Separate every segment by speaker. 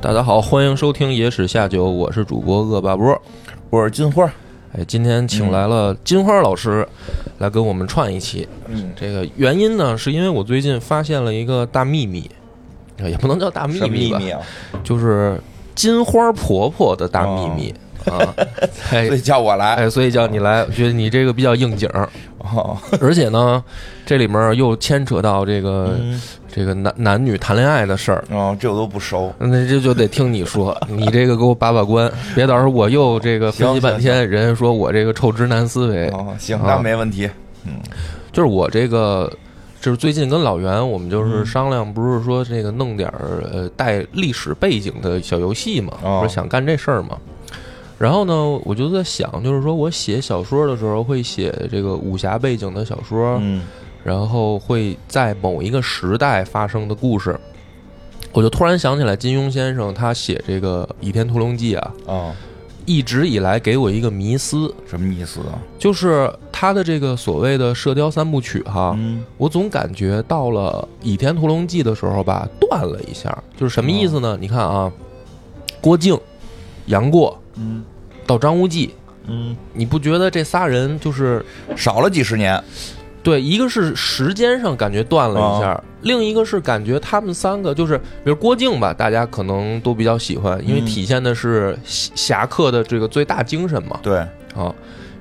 Speaker 1: 大家好，欢迎收听《野史下酒》，我是主播恶霸波。
Speaker 2: 我是金花，
Speaker 1: 哎，今天请来了金花老师来跟我们串一期。
Speaker 2: 嗯，
Speaker 1: 这个原因呢，是因为我最近发现了一个大秘密，啊也不能叫大秘
Speaker 2: 什么秘
Speaker 1: 密吧，
Speaker 2: 密啊？
Speaker 1: 就是金花婆婆的大秘密、啊。哎
Speaker 2: 哦 所以叫我来
Speaker 1: 哎，所以叫你来，我觉得你这个比较应景儿，
Speaker 2: 哦，
Speaker 1: 而且呢，这里面又牵扯到这个、
Speaker 2: 嗯
Speaker 1: 这个男男女谈恋爱的事儿。
Speaker 2: 哦，这我都不熟。
Speaker 1: 那这就得听你 说，你这个给我把把关，别到时候我又这个分析
Speaker 2: 行
Speaker 1: 半天，人家说我这个臭直男思维，
Speaker 2: 哦，行，
Speaker 1: 啊
Speaker 2: 那没问题。
Speaker 1: 就是我这个，就是最近跟老袁我们
Speaker 2: 嗯
Speaker 1: 就是商量，不是说这个弄点儿呃带历史背景的小游戏嘛，
Speaker 2: 哦
Speaker 1: 不是想干这事儿嘛。然后呢，我就在想，就是说我写小说的时候会写这个武侠背景的小说，
Speaker 2: 嗯
Speaker 1: 然后会在某一个时代发生的故事。我就突然想起来，金庸先生他写这个《倚天屠龙记》啊，
Speaker 2: 哦，
Speaker 1: 一直以来给我一个迷思，
Speaker 2: 什么意思啊？
Speaker 1: 就是他的这个所谓的《射雕三部曲》哈，
Speaker 2: 嗯，
Speaker 1: 我总感觉到了《倚天屠龙记》的时候吧，断了一下，就是什么意思呢？你看啊，郭靖、杨过
Speaker 2: 嗯
Speaker 1: 到张无忌，
Speaker 2: 嗯，
Speaker 1: 你不觉得这仨人就是
Speaker 2: 少了几十年。
Speaker 1: 对，一个是时间上感觉断了一下，另一个是感觉他们三个就是，比如郭靖吧，大家可能都比较喜欢，因为
Speaker 2: 嗯
Speaker 1: 体现的是侠侠客的这个最大精神嘛。
Speaker 2: 对，
Speaker 1: 啊，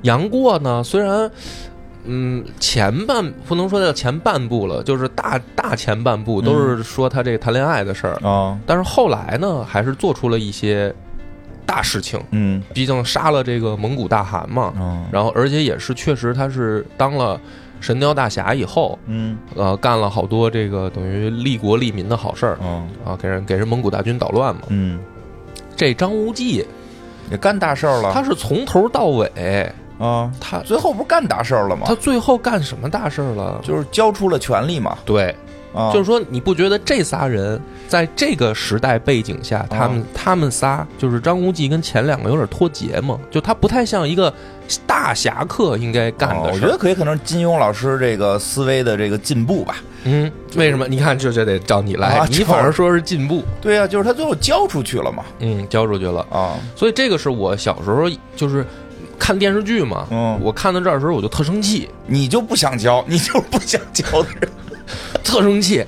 Speaker 1: 杨过呢，虽然。嗯，前半不能说叫前半部了，就是大大前半部都是说他这个谈恋爱的事儿，
Speaker 2: 哦，
Speaker 1: 但是后来呢，还是做出了一些大事情，
Speaker 2: 嗯，
Speaker 1: 毕竟杀了这个蒙古大汗嘛，
Speaker 2: 哦，
Speaker 1: 然后而且也是确实他是当了神雕大侠以后，
Speaker 2: 嗯，
Speaker 1: 呃，干了好多这个等于利国利民的好事儿
Speaker 2: 哦，
Speaker 1: 啊，给人给人蒙古大军捣乱嘛。
Speaker 2: 嗯，
Speaker 1: 这张无忌
Speaker 2: 也干大事儿了。
Speaker 1: 他是从头到尾，
Speaker 2: 啊，
Speaker 1: 他
Speaker 2: 最后不是干大事儿了吗
Speaker 1: 他？最后干什么大事儿了？
Speaker 2: 就是交出了权力嘛。
Speaker 1: 对，
Speaker 2: 啊，
Speaker 1: 就是说你不觉得这仨人在这个时代背景下，他
Speaker 2: 啊
Speaker 1: 们他们仨就是张无忌跟前两个有点脱节吗？就他不太像一个大侠客应该干
Speaker 2: 哦
Speaker 1: 的
Speaker 2: 我
Speaker 1: 事
Speaker 2: 觉
Speaker 1: 儿。
Speaker 2: 得可以，可能是金庸老师这个思维的这个进步吧。
Speaker 1: 嗯，为什么？你看这就得找你来，
Speaker 2: 啊
Speaker 1: 你
Speaker 2: 这
Speaker 1: 反而说是进步，
Speaker 2: 对呀，就是他最后交出去了嘛。
Speaker 1: 嗯，交出去了。
Speaker 2: 啊，
Speaker 1: 所以这个是我小时候就是看电视剧嘛，
Speaker 2: 嗯
Speaker 1: 我看到这儿的时候我就特生气，
Speaker 2: 你就不想交，你就是不想交的人。
Speaker 1: 特生 气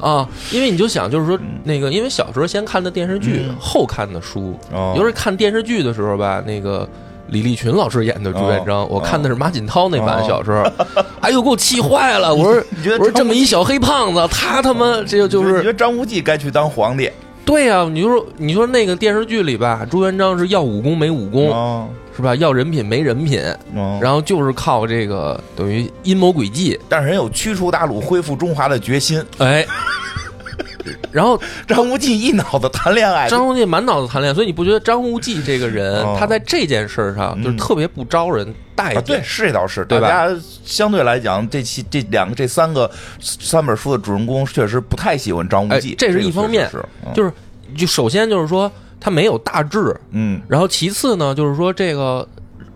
Speaker 1: 啊！因为你就想，就是说
Speaker 2: 嗯
Speaker 1: 那个，因为小时候先看的电视剧，后看的书。
Speaker 2: 哦
Speaker 1: 尤其看电视剧的时候吧，那个李立群老师演的朱元璋，
Speaker 2: 哦
Speaker 1: 我看的是马景涛那版。
Speaker 2: 哦
Speaker 1: 小时 候，哎呦，给我气坏了！我说，
Speaker 2: 你觉得
Speaker 1: 我说
Speaker 2: 张
Speaker 1: 这么
Speaker 2: 无
Speaker 1: 一小黑胖子，他他妈这就
Speaker 2: 你觉
Speaker 1: 是
Speaker 2: 得张无忌该去当皇帝？
Speaker 1: 对呀、你就说，你说那个电视剧里吧，朱元璋是要武功没武功，
Speaker 2: 哦，
Speaker 1: 是吧？要人品没人品，
Speaker 2: 然后
Speaker 1: 嗯然后就是靠这个等于阴谋诡计，
Speaker 2: 但是人有驱除鞑虏、恢复中华的决心。
Speaker 1: 哎， 然后
Speaker 2: 张无忌一脑子谈恋爱，
Speaker 1: 张无忌满脑子谈恋爱，所以你不觉得张无忌这个人，
Speaker 2: 哦
Speaker 1: 他在这件事儿上就是特别不招人待
Speaker 2: 嗯啊，
Speaker 1: 见？
Speaker 2: 对，是这倒是，
Speaker 1: 对吧
Speaker 2: 大家相对来讲，这期这两个、这三个三本书的主人公确实不太喜欢张无忌，
Speaker 1: 哎这是
Speaker 2: 个
Speaker 1: 一方面
Speaker 2: 确实是
Speaker 1: 就是就首先就是说他没有大志，
Speaker 2: 嗯
Speaker 1: 然后其次呢就是说这个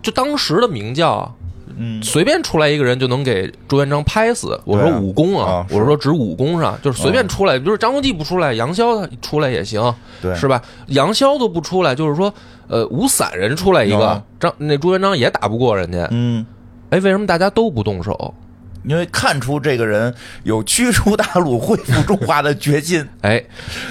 Speaker 1: 就当时的明教啊，
Speaker 2: 嗯
Speaker 1: 随便出来一个人就能给朱元璋拍死。我说
Speaker 2: 对啊
Speaker 1: 武功啊，
Speaker 2: 啊是嗯
Speaker 1: 我说指武功上，就是随便出来，就是张无忌不出来，杨逍他出来也行，
Speaker 2: 对
Speaker 1: 是吧？杨逍都不出来，就是说呃五散人出来一个，
Speaker 2: 啊
Speaker 1: 张那朱元璋也打不过人家。
Speaker 2: 嗯，
Speaker 1: 哎，为什么大家都不动手？
Speaker 2: 因为看出这个人有驱除鞑虏、 恢复中华的决心，
Speaker 1: 哎，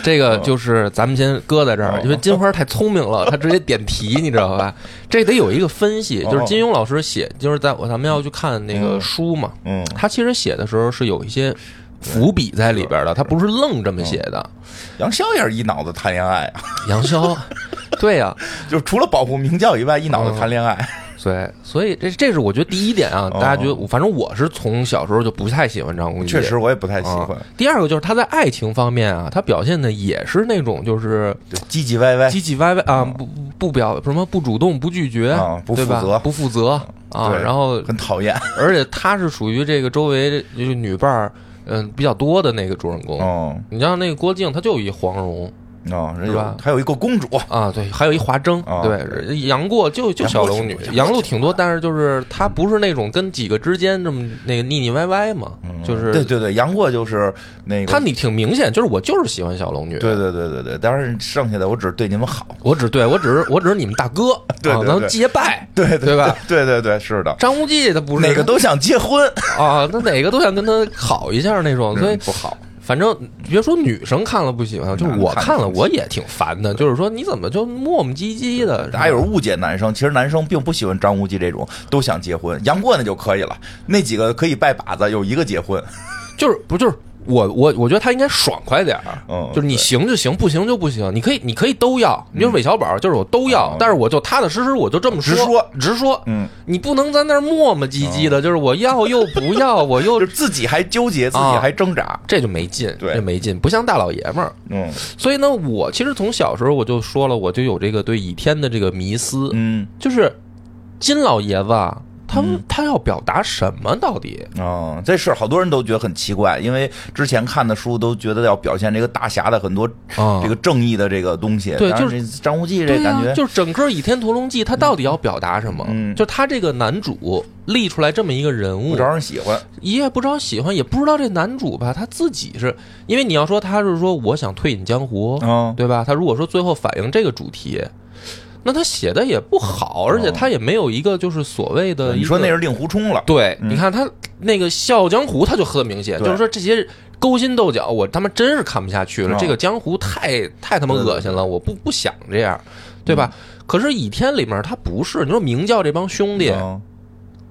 Speaker 1: 这个就是咱们先搁在这儿，
Speaker 2: 哦
Speaker 1: 因为金花太聪明了，她直接点题，你知道吧？这得有一个分析，
Speaker 2: 哦
Speaker 1: 就是金庸老师写，就是在我咱们要去看那个
Speaker 2: 嗯
Speaker 1: 书嘛，
Speaker 2: 嗯
Speaker 1: 他其实写的时候是有一些伏笔在里边的，他不是愣这么写的。
Speaker 2: 杨逍也是一脑子谈恋爱啊，
Speaker 1: 杨逍，对 呀、
Speaker 2: 就是除了保护明教以外，一
Speaker 1: 嗯
Speaker 2: 脑子谈恋爱。
Speaker 1: 对，所以这这是我觉得第一点啊，
Speaker 2: 哦
Speaker 1: 大家觉得我，反正我是从小时候就不太喜欢张无忌，
Speaker 2: 确实，我也不太喜
Speaker 1: 啊
Speaker 2: 欢，。
Speaker 1: 第二个就是他在爱情方面啊，他表现的也是那种就是
Speaker 2: 就唧唧歪歪，
Speaker 1: 唧唧歪歪啊，不不不表什么不主动、不拒绝
Speaker 2: 嗯啊，不
Speaker 1: 对吧
Speaker 2: 负责嗯
Speaker 1: 不负责啊。
Speaker 2: 对
Speaker 1: 然 后，
Speaker 2: 很讨厌。
Speaker 1: 而且他是属于这个周围就是女伴儿嗯比较多的那个主人公。
Speaker 2: 哦，
Speaker 1: 你像那个郭靖，他就一黄蓉，
Speaker 2: 哦，人
Speaker 1: 是吧
Speaker 2: 有还有一个公主，
Speaker 1: 啊，对，还有一华筝，
Speaker 2: 啊
Speaker 1: 对，杨过就就小龙女
Speaker 2: 杨过挺，多
Speaker 1: 杨露挺多，但是就是她不是那种跟几个之间这么那个腻腻歪歪嘛，就是
Speaker 2: 嗯对对对，杨过就是那个
Speaker 1: 她你挺明显，就是我就是喜欢小龙女，
Speaker 2: 对对对对对，当然剩下的我只是对你们好，
Speaker 1: 我只对我只是我只是你们大哥，
Speaker 2: 对
Speaker 1: 啊
Speaker 2: 对
Speaker 1: 能
Speaker 2: 对
Speaker 1: 结拜，
Speaker 2: 对
Speaker 1: 对吧？
Speaker 2: 对对对，是的，
Speaker 1: 张无忌他不是
Speaker 2: 哪个都想 结婚，
Speaker 1: 啊，他哪个都想跟他好一下那种，所以
Speaker 2: 嗯不好，
Speaker 1: 反正别说女生看了不喜欢，就是我看了我也挺烦的，就是说你怎么就磨磨唧唧的？
Speaker 2: 大家有时候误解男生，其实男生并不喜欢张无忌这种都想结婚，杨过那就可以了，那几个可以拜把子，有一个结婚，
Speaker 1: 就是不就是我我我觉得他应该爽快点儿，
Speaker 2: 嗯
Speaker 1: 就是你行就行，不行就不行，你可以你可以都要，你就是韦小宝，就是我都要，
Speaker 2: 嗯
Speaker 1: 但是我就踏踏实实，我就这么
Speaker 2: 直
Speaker 1: 说
Speaker 2: 说
Speaker 1: 直说，
Speaker 2: 嗯，
Speaker 1: 你不能在那儿磨磨唧唧的，就是我要又不要，我 又
Speaker 2: 就是自己还纠结，自
Speaker 1: 啊
Speaker 2: 己还挣扎，
Speaker 1: 这就没劲，
Speaker 2: 对
Speaker 1: 这没劲，不像大老爷们儿。
Speaker 2: 嗯
Speaker 1: 所以呢，我其实从小时候我就说了，我就有这个对倚天的这个迷思，
Speaker 2: 嗯
Speaker 1: 就是金老爷子啊，他、他要表达什么到底？
Speaker 2: 哦，这事儿好多人都觉得很奇怪，因为之前看的书都觉得要表现这个大侠的很多
Speaker 1: 啊
Speaker 2: 这个正义的这个东西，
Speaker 1: 对
Speaker 2: 当然
Speaker 1: 就
Speaker 2: 这张无忌
Speaker 1: 对
Speaker 2: 这感觉
Speaker 1: 啊、就是整个《倚天屠龙记》，他到底要表达什么？
Speaker 2: 嗯
Speaker 1: 就他这个男主立出来这么一个人
Speaker 2: 不
Speaker 1: 物，
Speaker 2: 招人喜欢，
Speaker 1: 也不招喜欢，也不知道这男主吧，他自己是因为你要说他是说我想退隐江湖，
Speaker 2: 嗯
Speaker 1: 对吧？他如果说最后反映这个主题。那他写的也不好，而且他也没有一个就是所谓的
Speaker 2: 你
Speaker 1: 呃一
Speaker 2: 说
Speaker 1: 个
Speaker 2: 那是令狐冲了，
Speaker 1: 对，你看他那个《笑傲江湖》，他就很明显，
Speaker 2: 嗯对
Speaker 1: 就是说这些勾心斗角，我他妈真是看不下去了。
Speaker 2: 嗯
Speaker 1: 这个江湖太太他妈
Speaker 2: 对对嗯
Speaker 1: 恶心了，我不不想这样，对吧？可是《倚天》里面他不是，你说明教这帮兄弟
Speaker 2: 嗯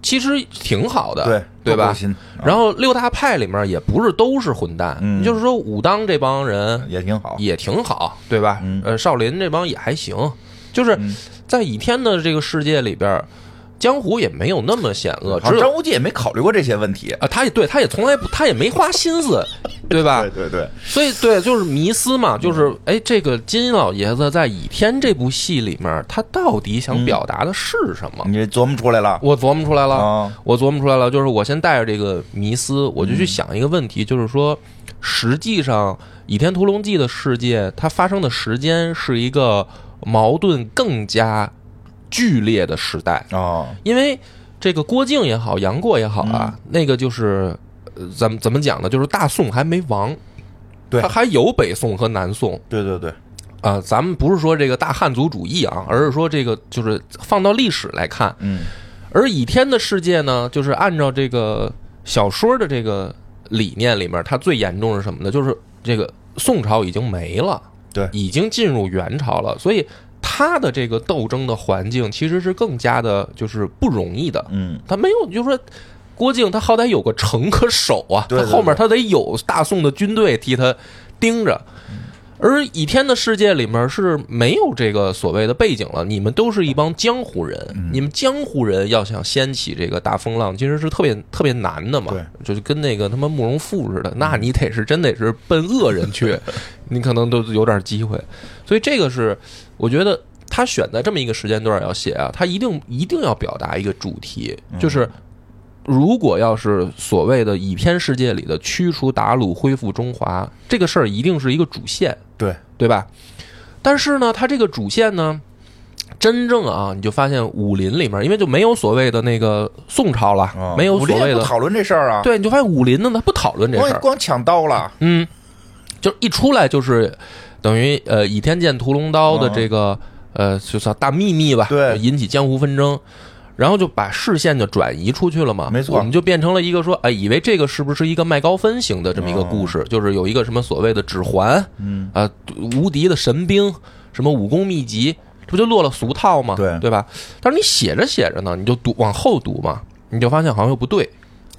Speaker 1: 其实挺好的，
Speaker 2: 对
Speaker 1: 对
Speaker 2: 多
Speaker 1: 吧
Speaker 2: 勾心？嗯
Speaker 1: 然后六大派里面也不是都是混蛋，
Speaker 2: 嗯
Speaker 1: 就是说武当这帮人
Speaker 2: 也挺好，
Speaker 1: 也挺好，对吧？
Speaker 2: 嗯
Speaker 1: 呃，少林这帮也还行，就是在倚天的这个世界里边，江湖也没有那么险恶，
Speaker 2: 好
Speaker 1: 只有
Speaker 2: 像嗯张无忌也没考虑过这些问题，
Speaker 1: 啊，他也对，他也从来不，他也没花心思，对吧？
Speaker 2: 对嗯对对，
Speaker 1: 所以对，就是迷思嘛，就是哎，这个金老爷子在《倚天》这部戏里面，他到底想
Speaker 2: 嗯
Speaker 1: 表达的是什么？
Speaker 2: 你这琢磨出来了
Speaker 1: 我琢磨出来了，
Speaker 2: 啊，
Speaker 1: 我琢磨出来了，就是我先带着这个迷思，我
Speaker 2: 嗯
Speaker 1: 就去想一个问题，就是说，实际上《倚天屠龙记》的世界，它发生的时间是一个矛盾更加剧烈的时代。
Speaker 2: 哦，
Speaker 1: 因为这个郭靖也好，杨过也好啊，那个就是呃怎么怎么讲呢？就是大宋还没亡，
Speaker 2: 对
Speaker 1: 它还有北宋和南宋
Speaker 2: 对对对，
Speaker 1: 啊、咱们不是说这个大汉族主义啊，而是说这个就是放到历史来看，
Speaker 2: 嗯
Speaker 1: 而倚天的世界呢，就是按照这个小说的这个理念里面，它最严重是什么呢？就是这个宋朝已经没了，
Speaker 2: 对
Speaker 1: 已经进入元朝了，所以它的这个斗争的环境其实是更加的，就是不容易的。
Speaker 2: 嗯，
Speaker 1: 他没有，就是说郭靖他好歹有个城可守啊，
Speaker 2: 对对对
Speaker 1: 他后面他得有大宋的军队替他盯着。而倚天的世界里面是没有这个所谓的背景了，你们都是一帮江湖人，你们江湖人要想掀起这个大风浪，其实是特别特别难的嘛
Speaker 2: 对，
Speaker 1: 就是跟那个他妈慕容复似的，那你得是真得是奔恶人去，你可能都有点机会。所以这个是我觉得他选在这么一个时间段要写啊，他一定一定要表达一个主题，就是如果要是所谓的倚天世界里的驱除鞑虏、恢复中华这个事儿，一定是一个主线，
Speaker 2: 对，
Speaker 1: 对吧？但是呢，他这个主线呢，真正啊，你就发现武林里面，因为就没有所谓的那个宋朝了，
Speaker 2: 啊
Speaker 1: 没有
Speaker 2: 武
Speaker 1: 所
Speaker 2: 林也
Speaker 1: 谓
Speaker 2: 不
Speaker 1: 的，
Speaker 2: 讨论这事儿啊，
Speaker 1: 对，你就发现武林呢，他不讨论这事
Speaker 2: 光
Speaker 1: 儿，
Speaker 2: 光抢刀了，
Speaker 1: 嗯，就是一出来就是等于呃《倚天剑》《屠龙刀》的这个、呃，就算大秘密吧，
Speaker 2: 啊对
Speaker 1: 引起江湖纷争。然后就把视线就转移出去了嘛，
Speaker 2: 没错
Speaker 1: 我们就变成了一个说，哎，以为这个是不是一个麦高芬型的这么一个故
Speaker 2: 嗯
Speaker 1: 事，就是有一个什么所谓的指环，嗯，啊、无敌的神兵，什么武功秘籍，这不就落了俗套吗？
Speaker 2: 对
Speaker 1: 对吧？但是你写着写着呢，你就读往后读嘛，你就发现好像又不对，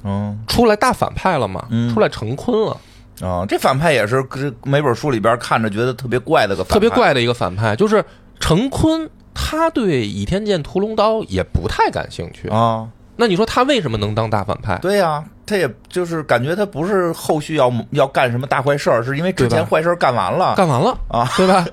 Speaker 2: 嗯
Speaker 1: 出来大反派了嘛，出来成昆了，
Speaker 2: 啊，这反派也是这每本书里边看着觉得特别怪的个反派，
Speaker 1: 特别，怪的一个反派，就是程坤，他对《倚天剑》《屠龙刀》也不太感兴趣。
Speaker 2: 啊，
Speaker 1: 那你说他为什么能当大反派？
Speaker 2: 对呀、他也就是感觉他不是后续要要干什么大坏事儿，是因为之
Speaker 1: 对
Speaker 2: 前
Speaker 1: 吧
Speaker 2: 坏事儿干完了，
Speaker 1: 干完了
Speaker 2: 啊，
Speaker 1: 对吧？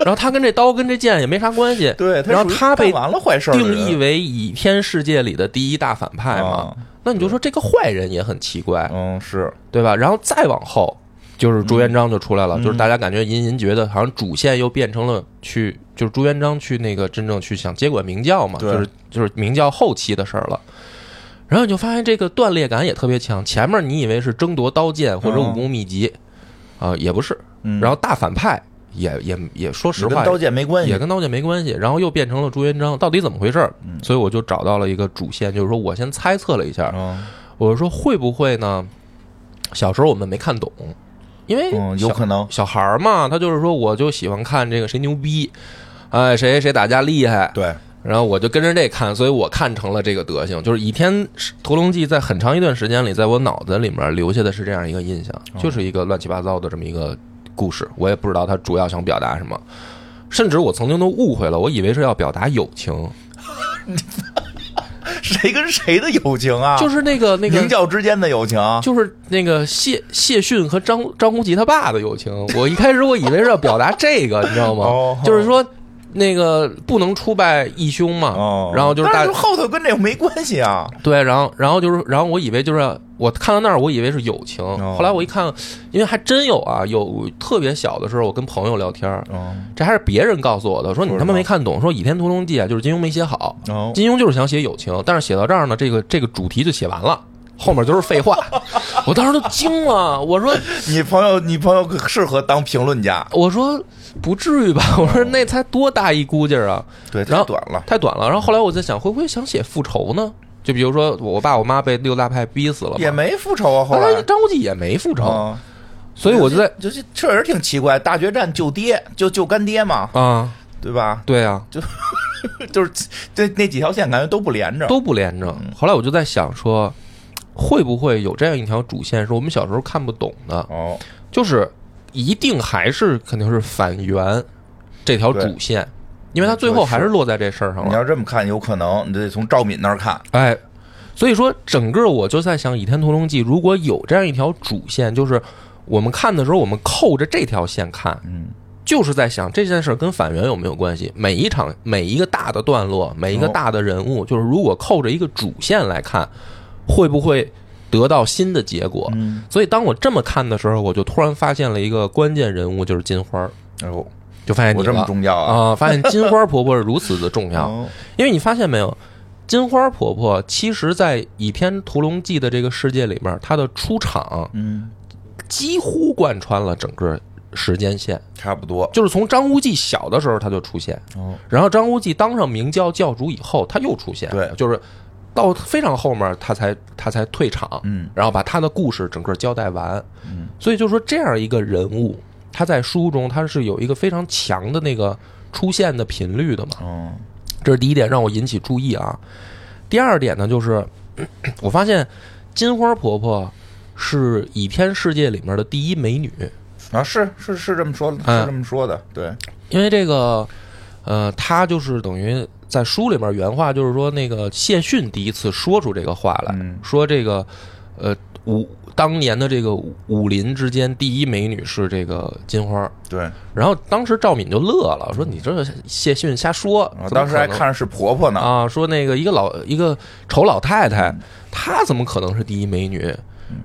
Speaker 1: 然后他跟这刀跟这剑也没啥关系。
Speaker 2: 对，他
Speaker 1: 然后
Speaker 2: 属于
Speaker 1: 他被
Speaker 2: 干完了坏事儿的人，
Speaker 1: 定义为倚天世界里的第一大反派嘛
Speaker 2: 啊？
Speaker 1: 那你就说这个坏人也很奇怪，
Speaker 2: 嗯，是
Speaker 1: 对吧？然后再往后，就是朱元璋就出来了，
Speaker 2: 嗯
Speaker 1: 就是大家感觉隐隐觉得好像主线又变成了去，就是朱元璋去那个真正去想接管明教嘛，
Speaker 2: 对
Speaker 1: 就是就是明教后期的事儿了。然后你就发现这个断裂感也特别强，前面你以为是争夺刀剑或者武功秘籍，啊、也不是，
Speaker 2: 嗯，
Speaker 1: 然
Speaker 2: 后
Speaker 1: 后大反派也也也说实
Speaker 2: 跟
Speaker 1: 话
Speaker 2: 刀剑没关系，
Speaker 1: 也跟刀剑没关系，然后又变成了朱元璋，到底怎么回事儿？
Speaker 2: 嗯
Speaker 1: 所以我就找到了一个主线，就是说我先猜测了一下，
Speaker 2: 嗯
Speaker 1: 我说会不会呢？小时候我们没看懂，因为
Speaker 2: 嗯，有
Speaker 1: 小
Speaker 2: 可能，
Speaker 1: 小孩儿嘛，他就是说我就喜欢看这个谁牛逼，哎，谁谁打架厉害，
Speaker 2: 对，
Speaker 1: 然后我就跟着这看，所以我看成了这个德行。就是《倚天屠龙记》在很长一段时间里，在我脑子里面留下的是这样一个印象，
Speaker 2: 哦
Speaker 1: 就是一个乱七八糟的这么一个故事，我也不知道它主要想表达什么。甚至我曾经都误会了，我以为是要表达友情，
Speaker 2: 谁跟谁的友情啊？
Speaker 1: 就是那个那个
Speaker 2: 明教之间的友情，
Speaker 1: 就是那个谢谢逊和张张无忌他爸的友 情。我一开始我以为是要表达这个，你知道
Speaker 2: 哦
Speaker 1: 吗？就是说那个不能出卖义兄嘛
Speaker 2: 哦，，
Speaker 1: 然后就是
Speaker 2: 但
Speaker 1: 大
Speaker 2: 是后头跟这没关系啊。
Speaker 1: 对，然后然后就是然后我以为就是我看到那儿我以为是友情，
Speaker 2: 哦
Speaker 1: 后来我一看，因为还真有啊，有特别小的时候我跟朋友聊天儿。
Speaker 2: 哦
Speaker 1: 这还是别人告诉我的，说你
Speaker 2: 说什
Speaker 1: 他妈
Speaker 2: 么
Speaker 1: 没看懂，说《倚天屠龙记》啊，就是金庸没写好，
Speaker 2: 哦，
Speaker 1: 金庸就是想写友情，但是写到这儿呢，这个这个主题就写完了，后面就是废话。 我当时都惊了，我说
Speaker 2: 你朋友，你朋友适合当评论家，
Speaker 1: 我说不至于吧，我说那才多大一估劲儿啊，
Speaker 2: 对，
Speaker 1: 然
Speaker 2: 太
Speaker 1: 后
Speaker 2: 短了。
Speaker 1: 太短了。然后后来我在想，会不会想写复仇呢？就比如说我爸我妈被六大派逼死了嘛，
Speaker 2: 也没复仇啊，后
Speaker 1: 后来
Speaker 2: 来。
Speaker 1: 张无忌也没复仇，
Speaker 2: 啊，
Speaker 1: 所以我就在
Speaker 2: 就是确实挺奇怪，大决战救爹，就救干爹嘛，
Speaker 1: 啊，
Speaker 2: 对吧？
Speaker 1: 对啊，
Speaker 2: 就是这那几条线感觉都不连着，
Speaker 1: 都不连着。
Speaker 2: 嗯
Speaker 1: 后来我就在想说，会不会有这样一条主线是我们小时候看不懂的？
Speaker 2: 哦，
Speaker 1: 就是一定还是肯定是反元这条主线，因为他最后还是落在这事儿上
Speaker 2: 嗯你
Speaker 1: 了。
Speaker 2: 要这么看，有可能你得从赵敏那儿看，
Speaker 1: 哎，所以说整个我就在想，《倚天屠龙记》如果有这样一条主线，就是我们看的时候，我们扣着这条线看，
Speaker 2: 嗯，
Speaker 1: 就是在想这件事儿跟反元有没有关系。每一场、每一个大的段落、每一个
Speaker 2: 哦
Speaker 1: 大的人物，就是如果扣着一个主线来看，会不会得到新的结果？
Speaker 2: 嗯，
Speaker 1: 所以当我这么看的时候，我就突然发现了一个关键人物，就是金花儿。
Speaker 2: 哎呦，
Speaker 1: 就发现嗯你
Speaker 2: 我这么
Speaker 1: 了
Speaker 2: 重要啊，
Speaker 1: 啊、发现金花婆婆是如此的重要，
Speaker 2: 哦
Speaker 1: 因为你发现没有，金花婆婆其实，在《倚天屠龙记》的这个世界里面，她的出场
Speaker 2: 嗯，
Speaker 1: 几乎贯穿了整个时间线，
Speaker 2: 差不多，
Speaker 1: 就是从张无忌小的时候她就出现，
Speaker 2: 哦，
Speaker 1: 然后张无忌当上明教教主以后，她又出现，
Speaker 2: 对
Speaker 1: 就是到非常后面她才她才退场，
Speaker 2: 嗯
Speaker 1: 然后把他的故事整个交代完。
Speaker 2: 嗯，
Speaker 1: 所以就说这样一个人物，他在书中他是有一个非常强的那个出现的频率的嘛，
Speaker 2: 哦，
Speaker 1: 这是第一点让我引起注意啊。第二点呢，就是 咳咳我发现金花婆婆是倚天世界里面的第一美女，
Speaker 2: 啊，是是是这么说的，
Speaker 1: 嗯
Speaker 2: 是这么说的，对，
Speaker 1: 因为这个，呃，她就是等于在书里面原话就是说，那个谢逊第一次说出这个话来，
Speaker 2: 嗯
Speaker 1: 说这个，呃，武当年的这个武林之间第一美女是这个金花。
Speaker 2: 对，
Speaker 1: 然后当时赵敏就乐了，说你这谢逊瞎说，
Speaker 2: 啊
Speaker 1: 怎么
Speaker 2: 当时还
Speaker 1: 可能
Speaker 2: 看着是婆婆呢，嗯
Speaker 1: 啊，说那个一个老一个丑老太太，她怎么可能是第一美女？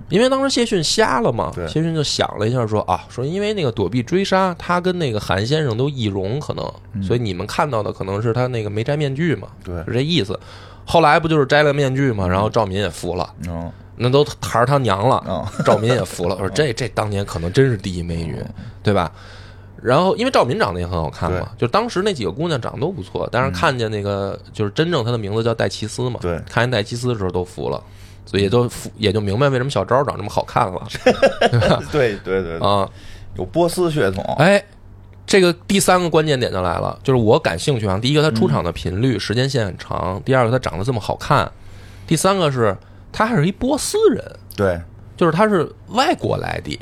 Speaker 1: 因为当时谢逊瞎了嘛，
Speaker 2: 对
Speaker 1: 谢逊就想了一下说啊，说因为那个躲避追杀，她跟那个韩先生都易容，可能，所以你们看到的可能是她那个没摘面具嘛，
Speaker 2: 嗯对
Speaker 1: 是这意思。后来不就是摘了面具嘛，然后赵敏也服了，
Speaker 2: 嗯，
Speaker 1: 那都孩儿他娘了，
Speaker 2: 哦
Speaker 1: 赵敏也服了，我说这这当年可能真是第一美女，对吧？然后因为赵敏长得也很好看嘛，就当时那几个姑娘长得都不错，但是看见那个、就是真正她的名字叫戴奇斯嘛，
Speaker 2: 嗯对
Speaker 1: 看见戴奇斯的时候都服了，所以也都服也就明白为什么小昭长这么好看了
Speaker 2: 对对对，对
Speaker 1: 啊！
Speaker 2: 有波斯血统，
Speaker 1: 哎，这个第三个关键点就来了，就是我感兴趣啊。第一个，她出场的频
Speaker 2: 嗯
Speaker 1: 率、时间线很长；第二个，她长得这么好看；第三个是她还是一波斯人，
Speaker 2: 对
Speaker 1: 就是他是外国来的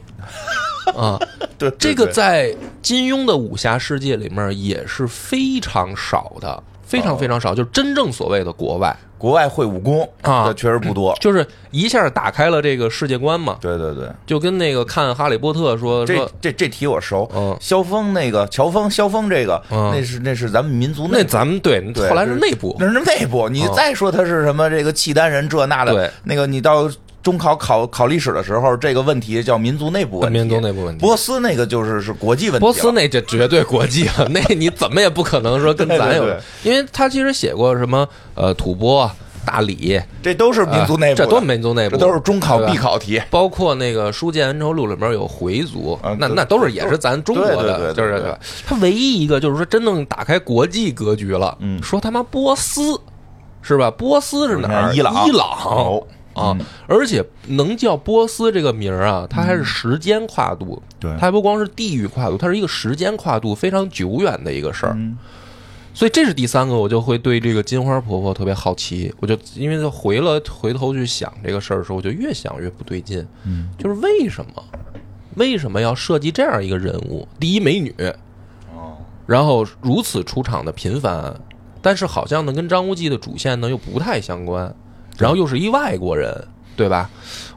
Speaker 1: 啊。
Speaker 2: 对，对
Speaker 1: 这个
Speaker 2: 对
Speaker 1: 在金庸的武侠世界里面也是非常少的，非
Speaker 2: 哦
Speaker 1: 常非常少，就是真正所谓的国外，
Speaker 2: 国外会武功
Speaker 1: 啊
Speaker 2: 这确实不多，
Speaker 1: 就是一下打开了这个世界观嘛，
Speaker 2: 对对对。
Speaker 1: 就跟那个看《哈利波特》说
Speaker 2: 这
Speaker 1: 说。
Speaker 2: 这这题我熟，
Speaker 1: 嗯
Speaker 2: 萧峰那个乔峰，萧峰这个，
Speaker 1: 嗯
Speaker 2: 那是那是咱们民族
Speaker 1: 那
Speaker 2: 内部
Speaker 1: 咱们对，
Speaker 2: 对
Speaker 1: 后来
Speaker 2: 就是
Speaker 1: 内部
Speaker 2: 那是内部，你
Speaker 1: 嗯
Speaker 2: 再说他是什么这个契丹人这那的
Speaker 1: 对，
Speaker 2: 那个你到中考考考历史的时候，这个问题叫民族内部问题。
Speaker 1: 民族内部问题
Speaker 2: 波斯那个就是是国际问题了。
Speaker 1: 波斯那这绝对国际 了，那你怎么也不可能说跟咱有，
Speaker 2: 对对对
Speaker 1: 因为他其实写过什么呃吐蕃、大理，啊
Speaker 2: 这都是民族内部的，
Speaker 1: 这都是民族内部
Speaker 2: 这都是中考
Speaker 1: 对吧
Speaker 2: 必考题。
Speaker 1: 包括那个《书剑恩仇录》里面有回族，
Speaker 2: 啊
Speaker 1: 那
Speaker 2: 对
Speaker 1: 那都是也是咱中国的，
Speaker 2: 对对对对
Speaker 1: 就是
Speaker 2: 对
Speaker 1: 他唯一一个就是说真正打开国际格局了，
Speaker 2: 嗯
Speaker 1: 说他妈波斯是吧？波斯是哪儿？
Speaker 2: 你看伊朗
Speaker 1: 伊朗、
Speaker 2: 哦
Speaker 1: 啊，而且能叫波斯这个名儿啊，它还是时间跨度，
Speaker 2: 嗯对
Speaker 1: 它还不光是地域跨度，它是一个时间跨度非常久远的一个事
Speaker 2: 嗯
Speaker 1: 儿。所以这是第三个，我就会对这个金花婆婆特别好奇。我就因为回了回头去想这个事儿的时候，我就越想越不对劲。嗯，就是为什么为什么要设计这样一个人物？第一美女，
Speaker 2: 哦，
Speaker 1: 然后如此出场的频繁，但是好像呢跟张无忌的主线呢又不太相关，然后又是一外国人，对吧？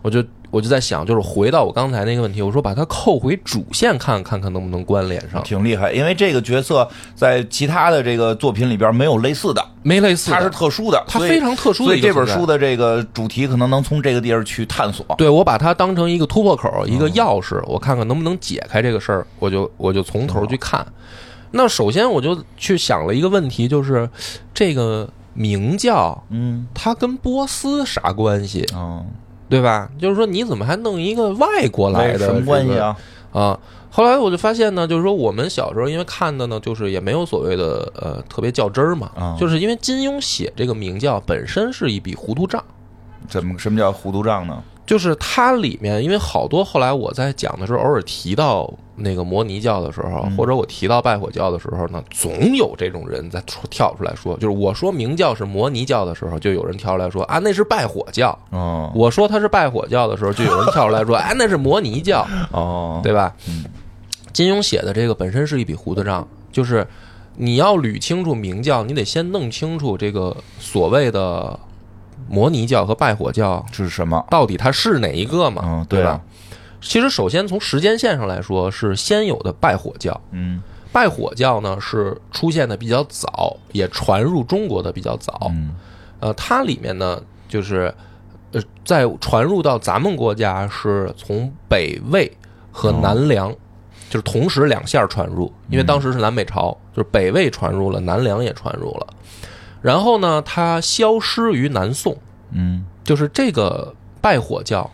Speaker 1: 我就我就在想，就是回到我刚才那个问题，我说把它扣回主线看看看能不能关联上，
Speaker 2: 挺厉害，因为这个角色在其他的这个作品里边没有类似的，
Speaker 1: 没类似的，
Speaker 2: 它是特殊的，
Speaker 1: 它
Speaker 2: 所以
Speaker 1: 非常特殊的
Speaker 2: 所以
Speaker 1: 一个
Speaker 2: 这本
Speaker 1: 存在
Speaker 2: 书的这个主题可能能从这个地儿去探索。
Speaker 1: 对我把它当成一个突破口，
Speaker 2: 嗯
Speaker 1: 一个钥匙，我看看能不能解开这个事儿，我就我就从头去看。那首先我就去想了一个问题，就是这个明教
Speaker 2: 嗯，
Speaker 1: 它跟波斯啥关系，
Speaker 2: 哦，
Speaker 1: 对吧？就是说你怎么还弄一个外国来的
Speaker 2: 什么关系啊？
Speaker 1: 这个？啊，后来我就发现呢，就是说我们小时候因为看的呢，就是也没有所谓的呃特别较真儿嘛，
Speaker 2: 啊
Speaker 1: 就是因为金庸写这个明教本身是一笔糊涂账。
Speaker 2: 怎么什么叫糊涂账呢？
Speaker 1: 就是它里面，因为好多后来我在讲的时候，偶尔提到那个摩尼教的时候，
Speaker 2: 嗯
Speaker 1: 或者我提到拜火教的时候呢，总有这种人在出跳出来
Speaker 2: 嗯
Speaker 1: 说，就是我说明教是摩尼教的时候，就有人跳出来说啊那是拜火教；
Speaker 2: 哦
Speaker 1: 我说他是拜火教的时候，就有人跳出来说 啊那是摩尼教，
Speaker 2: 哦，
Speaker 1: 对吧
Speaker 2: 嗯？
Speaker 1: 金庸写的这个本身是一笔糊涂账，就是你要捋清楚明教，你得先弄清楚这个所谓的摩尼教和拜火教
Speaker 2: 这是什么？
Speaker 1: 到底它是哪一个嘛？
Speaker 2: 嗯
Speaker 1: 对
Speaker 2: 对
Speaker 1: 吧
Speaker 2: 啊？
Speaker 1: 其实首先从时间线上来说，是先有的拜火教，
Speaker 2: 嗯
Speaker 1: 拜火教呢是出现的比较早，也传入中国的比较早。
Speaker 2: 嗯
Speaker 1: 呃，它里面呢就是呃，在传入到咱们国家是从北魏和
Speaker 2: 哦
Speaker 1: 南梁。就是同时两线传入，因为
Speaker 2: 嗯
Speaker 1: 当时是南北朝，就是北魏传入了，南梁也传入了。然后呢，它消失于南宋，
Speaker 2: 嗯
Speaker 1: 就是这个拜火教，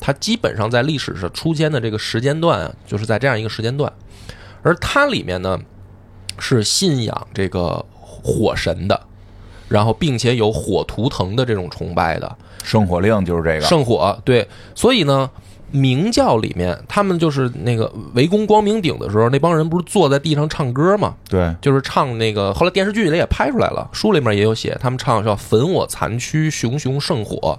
Speaker 1: 它基本上在历史上出现的这个时间段啊，就是在这样一个时间段，而它里面呢是信仰这个火神的，然后并且有火图腾的这种崇拜的
Speaker 2: 圣火令就是这个。
Speaker 1: 圣火，对，所以呢。明教里面，他们就是那个围攻光明顶的时候，那帮人不是坐在地上唱歌吗？
Speaker 2: 对，
Speaker 1: 就是唱那个，后来电视剧里也拍出来了，书里面也有写，他们唱叫“焚我残躯，熊熊圣火，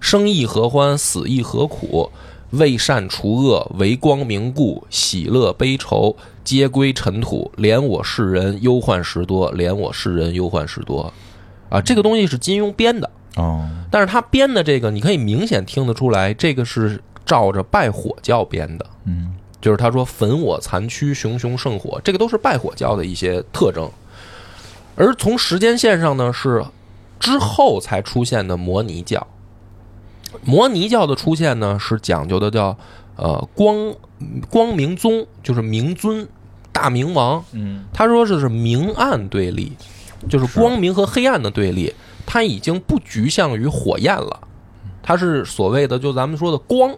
Speaker 1: 生亦何欢，死亦何苦？为善除恶，为光明故，喜乐悲愁皆归尘土。怜我世人忧患时多，怜我世人忧患时多。”啊，这个东西是金庸编的，
Speaker 2: 哦，
Speaker 1: 但是他编的这个，你可以明显听得出来，这个是照着拜火教编的。
Speaker 2: 嗯
Speaker 1: 就是他说“焚我残躯，熊熊圣火”，这个都是拜火教的一些特征。而从时间线上呢，是之后才出现的摩尼教。摩尼教的出现呢，是讲究的叫呃光光明宗，就是明尊大明王。
Speaker 2: 嗯，
Speaker 1: 他说这是明暗对立，就是光明和黑暗的对立。它已经不局限于火焰了，它是所谓的就咱们说的光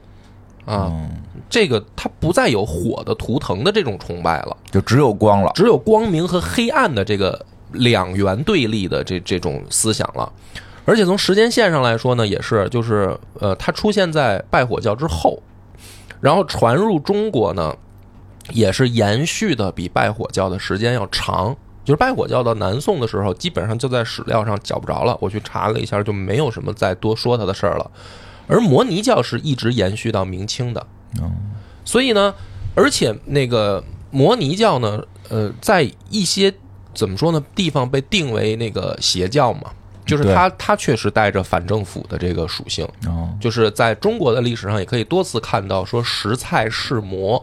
Speaker 1: 啊，
Speaker 2: 嗯
Speaker 1: 这个它不再有火的图腾的这种崇拜了，
Speaker 2: 就只有光了。
Speaker 1: 只有光明和黑暗的这个两元对立的这这种思想了。而且从时间线上来说呢，也是就是呃，它出现在拜火教之后，然后传入中国呢，也是延续的比拜火教的时间要长。就是拜火教到南宋的时候，基本上就在史料上找不着了。我去查了一下，就没有什么再多说它的事儿了。而摩尼教是一直延续到明清的，
Speaker 2: 嗯
Speaker 1: 所以呢，而且那个摩尼教呢，呃，在一些怎么说呢地方被定为那个邪教嘛，就是
Speaker 2: 对
Speaker 1: 它它确实带着反政府的这个属性，
Speaker 2: 哦，
Speaker 1: 就是在中国的历史上也可以多次看到说食菜是魔，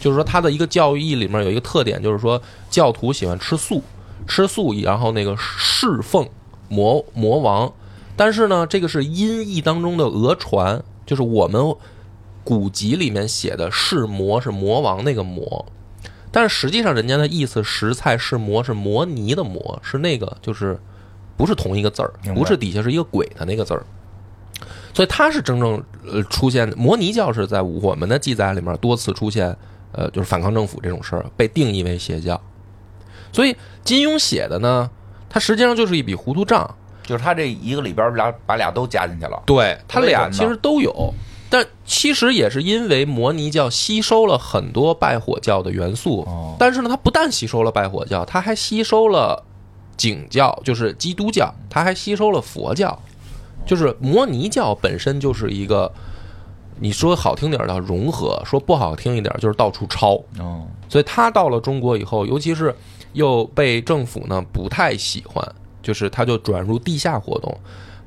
Speaker 1: 就是说它的一个教义里面有一个特点，就是说教徒喜欢吃素，吃素，然后那个侍奉魔魔王。但是呢，这个是音译当中的讹传，就是我们古籍里面写的“是魔”是魔王那个魔，但是实际上人家的意思“食菜是魔”是模拟的模，是那个就是不是同一个字儿
Speaker 2: 明，白
Speaker 1: 不是底下是一个鬼的那个字儿。所以它是真正呃出现摩尼教是在我们的记载里面多次出现，呃，就是反抗政府这种事儿被定义为邪教。所以金庸写的呢，它实际上就是一笔糊涂账，
Speaker 2: 就是他这一个里边儿俩把俩都加进去了。
Speaker 1: 对他
Speaker 2: 为什么
Speaker 1: 俩
Speaker 2: 呢
Speaker 1: 其实都有，但其实也是因为摩尼教吸收了很多拜火教的元素，
Speaker 2: 哦
Speaker 1: 但是呢，它不但吸收了拜火教，它还吸收了景教，就是基督教，它还吸收了佛教，就是摩尼教本身就是一个，你说好听点儿叫融合，说不好听一点儿就是到处抄，
Speaker 2: 哦，
Speaker 1: 所以他到了中国以后，尤其是又被政府呢不太喜欢，就是他就转入地下活动。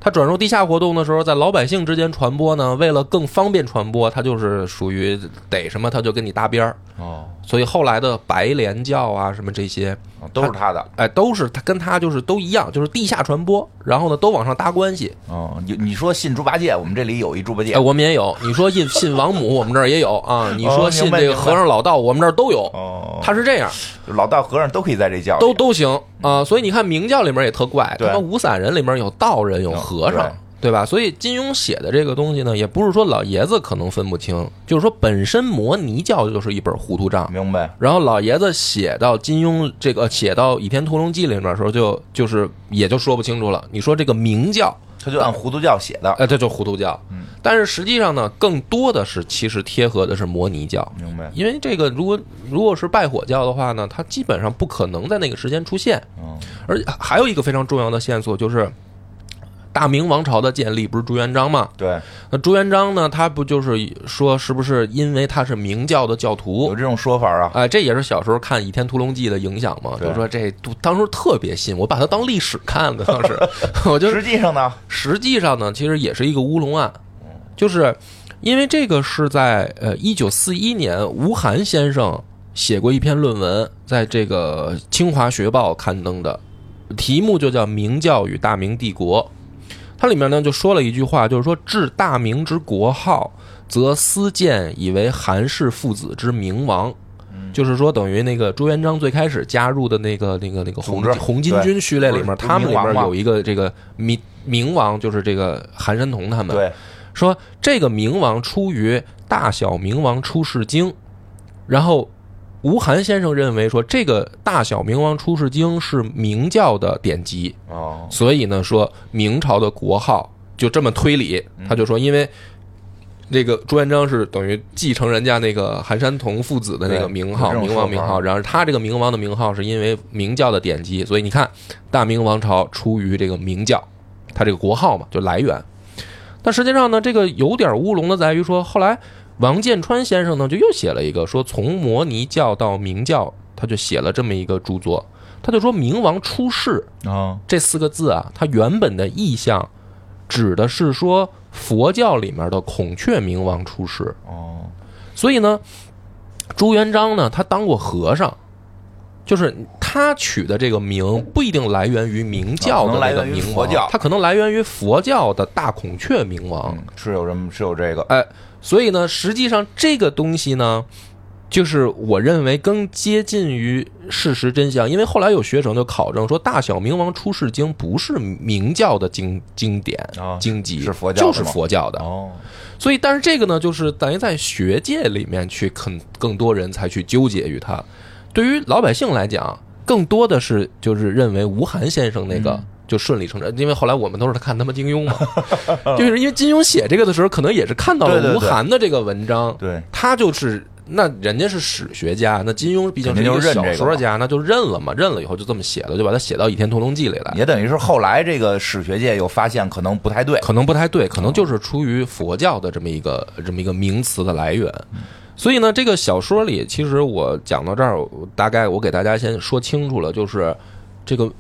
Speaker 1: 他转入地下活动的时候，在老百姓之间传播呢，为了更方便传播，他就是属于逮什么他就跟你搭边儿。
Speaker 2: 哦，
Speaker 1: 所以后来的白莲教啊，什么这些，
Speaker 2: 都是他的。
Speaker 1: 哎，都是他跟他就是都一样，就是地下传播，然后呢都往上搭关系。
Speaker 2: 哦，你你说信猪八戒，我们这里有一猪八戒
Speaker 1: 哎，。我们也有，你说信信王母，我们这儿也有啊；你
Speaker 2: 哦
Speaker 1: 说信
Speaker 2: 明白
Speaker 1: 这个
Speaker 2: 明白
Speaker 1: 和尚老道，我们这儿都有。啊
Speaker 2: 哦，
Speaker 1: 他是这样，
Speaker 2: 老道和尚都可以在这教里
Speaker 1: 都都行啊、所以你看明教里面也特怪，
Speaker 2: 对
Speaker 1: 他们五散人里面有道人有和尚
Speaker 2: 嗯，
Speaker 1: 对吧？所以金庸写的这个东西呢，也不是说老爷子可能分不清，就是说本身摩尼教就是一本糊涂账。
Speaker 2: 明白。
Speaker 1: 然后老爷子写到金庸这个呃写到《倚天屠龙记》里面的时候就，就是也就说不清楚了。你说这个明教，
Speaker 2: 他就按糊涂教写的，
Speaker 1: 呃，这就糊涂教，但是实际上呢，更多的是其实贴合的是摩尼教。
Speaker 2: 明白。
Speaker 1: 因为这个，如果如果是拜火教的话呢，它基本上不可能在那个时间出现。
Speaker 2: 嗯，
Speaker 1: 而且还有一个非常重要的线索就是，大明王朝的建立不是朱元璋吗？
Speaker 2: 对，
Speaker 1: 那朱元璋呢，他不就是说是不是因为他是明教的教
Speaker 2: 有
Speaker 1: 徒？
Speaker 2: 这种说法啊。
Speaker 1: 哎，这也是小时候看《倚天屠龙记》的影响嘛，
Speaker 2: 对
Speaker 1: 就说这当时特别信，我把它当历史看的，当时 我就
Speaker 2: 实际上呢，
Speaker 1: 实际上呢，其实也是一个乌龙案，就是因为这个是在呃一九四一年，吴晗先生写过一篇论文，在这个《清华学报》刊登的，题目就叫《明教与大明帝国》。它里面呢就说了一句话，就是说治大明之国号，则思建以为韩氏父子之明王。
Speaker 2: 嗯
Speaker 1: 就是说，等于那个朱元璋最开始加入的那个、那个、那个红
Speaker 2: 组织
Speaker 1: 红巾军序列里面，
Speaker 2: 对
Speaker 1: 他们里
Speaker 2: 明
Speaker 1: 面
Speaker 2: 王嘛
Speaker 1: 有一个这个明明王，就是这个韩山童他们。
Speaker 2: 对，
Speaker 1: 说这个明王出于《大小明王出世经》，然后吴晗先生认为说这个《大小明王出世经》是明教的典籍，
Speaker 2: 哦，
Speaker 1: 所以呢说明朝的国号就这么推理，
Speaker 2: 嗯
Speaker 1: 他就说因为。这个朱元璋是等于继承人家那个韩山童父子的那个
Speaker 2: 对
Speaker 1: 名号，
Speaker 2: 有这
Speaker 1: 明
Speaker 2: 种
Speaker 1: 王
Speaker 2: 说
Speaker 1: 名
Speaker 2: 法啊
Speaker 1: 号。然而他这个明王的名号是因为明教的典籍，所以你看大明王朝出于这个明教，他这个国号嘛，就来源。但实际上呢，这个有点乌龙的在于说，后来王建川先生呢就又写了一个说从摩尼教到明教，他就写了这么一个著作，他就说明王出世
Speaker 2: 哦，
Speaker 1: 这四个字啊，它原本的意象指的是说佛教里面的孔雀明王出世，
Speaker 2: 哦，
Speaker 1: 所以呢，朱元璋呢他当过和尚。就是他取的这个名不一定来源于明教的那
Speaker 2: 啊可能
Speaker 1: 个
Speaker 2: 来源于
Speaker 1: 明
Speaker 2: 佛
Speaker 1: 王，
Speaker 2: 教
Speaker 1: 他可能来源于佛教的大孔雀明王。
Speaker 2: 嗯，是有这么是有这个，
Speaker 1: 哎，所以呢，实际上这个东西呢，就是我认为更接近于事实真相，因为后来有学者就考证说，《大小明王出世经》不是明教的经经典
Speaker 2: 啊
Speaker 1: 经籍，
Speaker 2: 是佛教
Speaker 1: 就是是
Speaker 2: 吗
Speaker 1: 佛教的。
Speaker 2: 哦，
Speaker 1: 所以，但是这个呢，就是等于在学界里面去肯更多人才去纠结于它。对于老百姓来讲，更多的是就是认为吴晗先生那个。
Speaker 2: 嗯
Speaker 1: 就顺理成章，因为后来我们都是看他妈金庸嘛， 就是因为金庸写这个的时候，可能也是看到
Speaker 2: 对对
Speaker 1: 了
Speaker 2: 对
Speaker 1: 吴晗的这个文章，
Speaker 2: 对，
Speaker 1: 他就是那人家是史学家，那金庸毕竟是一
Speaker 2: 肯定就认这
Speaker 1: 小
Speaker 2: 个
Speaker 1: 说家，那就认了嘛，认了以后就这么写的，就把它写到《倚天屠龙记》里来。
Speaker 2: 也等于是后来这个史学界有发现，可能不太对。
Speaker 1: 可能不太对，可能就是出于佛教的这么一个这么一个名词的来源。所以呢，这个小说里，其实我讲到这儿，我大概我给大家先说清楚了，就是这个《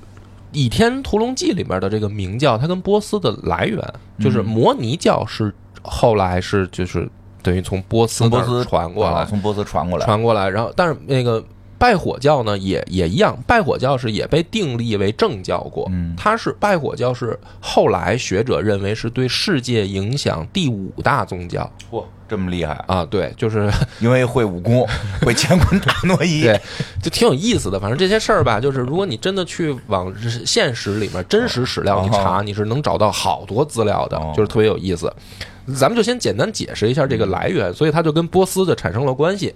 Speaker 1: 倚天屠龙记》里面的这个明教，它跟波斯的来源，
Speaker 2: 嗯
Speaker 1: 就是摩尼教是后来是就是等于从波斯
Speaker 2: 从波
Speaker 1: 那儿
Speaker 2: 斯
Speaker 1: 传过
Speaker 2: 啊
Speaker 1: 来，
Speaker 2: 从波斯传过来，
Speaker 1: 传过来，然后但是那个拜火教呢也也一样，拜火教是也被定立为正教过，
Speaker 2: 嗯
Speaker 1: 它是拜火教是后来学者认为是对世界影响第五大宗教
Speaker 2: 嚯，这么厉害！
Speaker 1: 啊，对，就是
Speaker 2: 因为会 武功，会乾坤大挪移。
Speaker 1: 对，就挺有意思的。反正这些事儿吧，就是如果你真的去往现实里面真实史料你查，你是能找到好多资料的
Speaker 2: 哦，
Speaker 1: 就是特别有意思。咱们就先简单解释一下这个来源，所以它就跟波斯就产生了关系。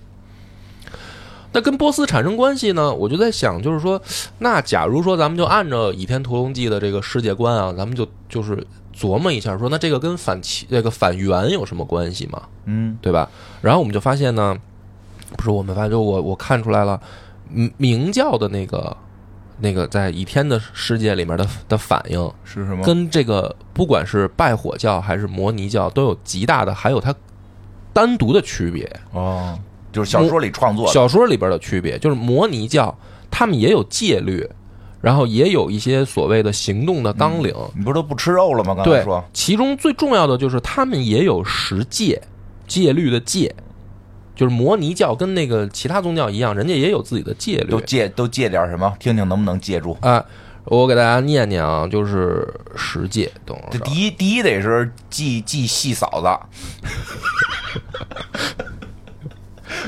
Speaker 1: 那跟波斯产生关系呢？我就在想，就是说，那假如说咱们就按照《倚天屠龙记》的这个世界观啊，咱们就就是琢磨一下说，那这个跟反齐这个反元有什么关系吗？
Speaker 2: 嗯，
Speaker 1: 对吧？然后我们就发现呢，不是我们发现，就我我看出来了，嗯明教的那个那个在倚天的世界里面的的反应，
Speaker 2: 是什么？
Speaker 1: 跟这个不管是拜火教还是摩尼教都有极大的，还有它单独的区别。
Speaker 2: 哦，就是小说里创作的。
Speaker 1: 小说里边的区别就是摩尼教，他们也有戒律，然后也有一些所谓的行动的纲领。
Speaker 2: 你不是都不吃肉了吗？刚才
Speaker 1: 对
Speaker 2: 啊说，
Speaker 1: 其中最重要的就是他们也有十戒，戒律的戒，就是摩尼教跟那个其他宗教一样，人家也有自己的戒律
Speaker 2: 都戒都戒点什么？听听能不能戒住？
Speaker 1: 啊。我给大家念念啊，就是十戒，等会
Speaker 2: 这
Speaker 1: 儿啊
Speaker 2: 第一第一得是祭祭细嫂子，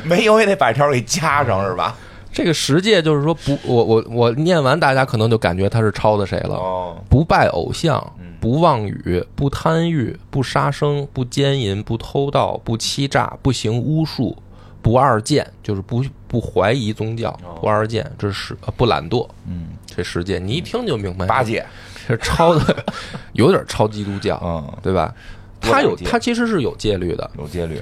Speaker 2: 没有也得把条给加上是吧？
Speaker 1: 这个十戒就是说不，我我我念完，大家可能就感觉他是抄的谁了。
Speaker 2: 哦，
Speaker 1: 不拜偶像
Speaker 2: 嗯，
Speaker 1: 不妄语，不贪欲，不杀生，不奸淫，不偷盗，不欺诈，不行巫术，不二见，就是不不怀疑宗教
Speaker 2: 哦，
Speaker 1: 不二见，这是呃不懒惰，
Speaker 2: 嗯，
Speaker 1: 这十戒你一听就明白，
Speaker 2: 八戒，
Speaker 1: 这抄的 有点抄基督教，
Speaker 2: 嗯，
Speaker 1: 对吧？
Speaker 2: 多
Speaker 1: 他
Speaker 2: 了
Speaker 1: 有
Speaker 2: 解
Speaker 1: 他其实是有戒律的，
Speaker 2: 有戒律，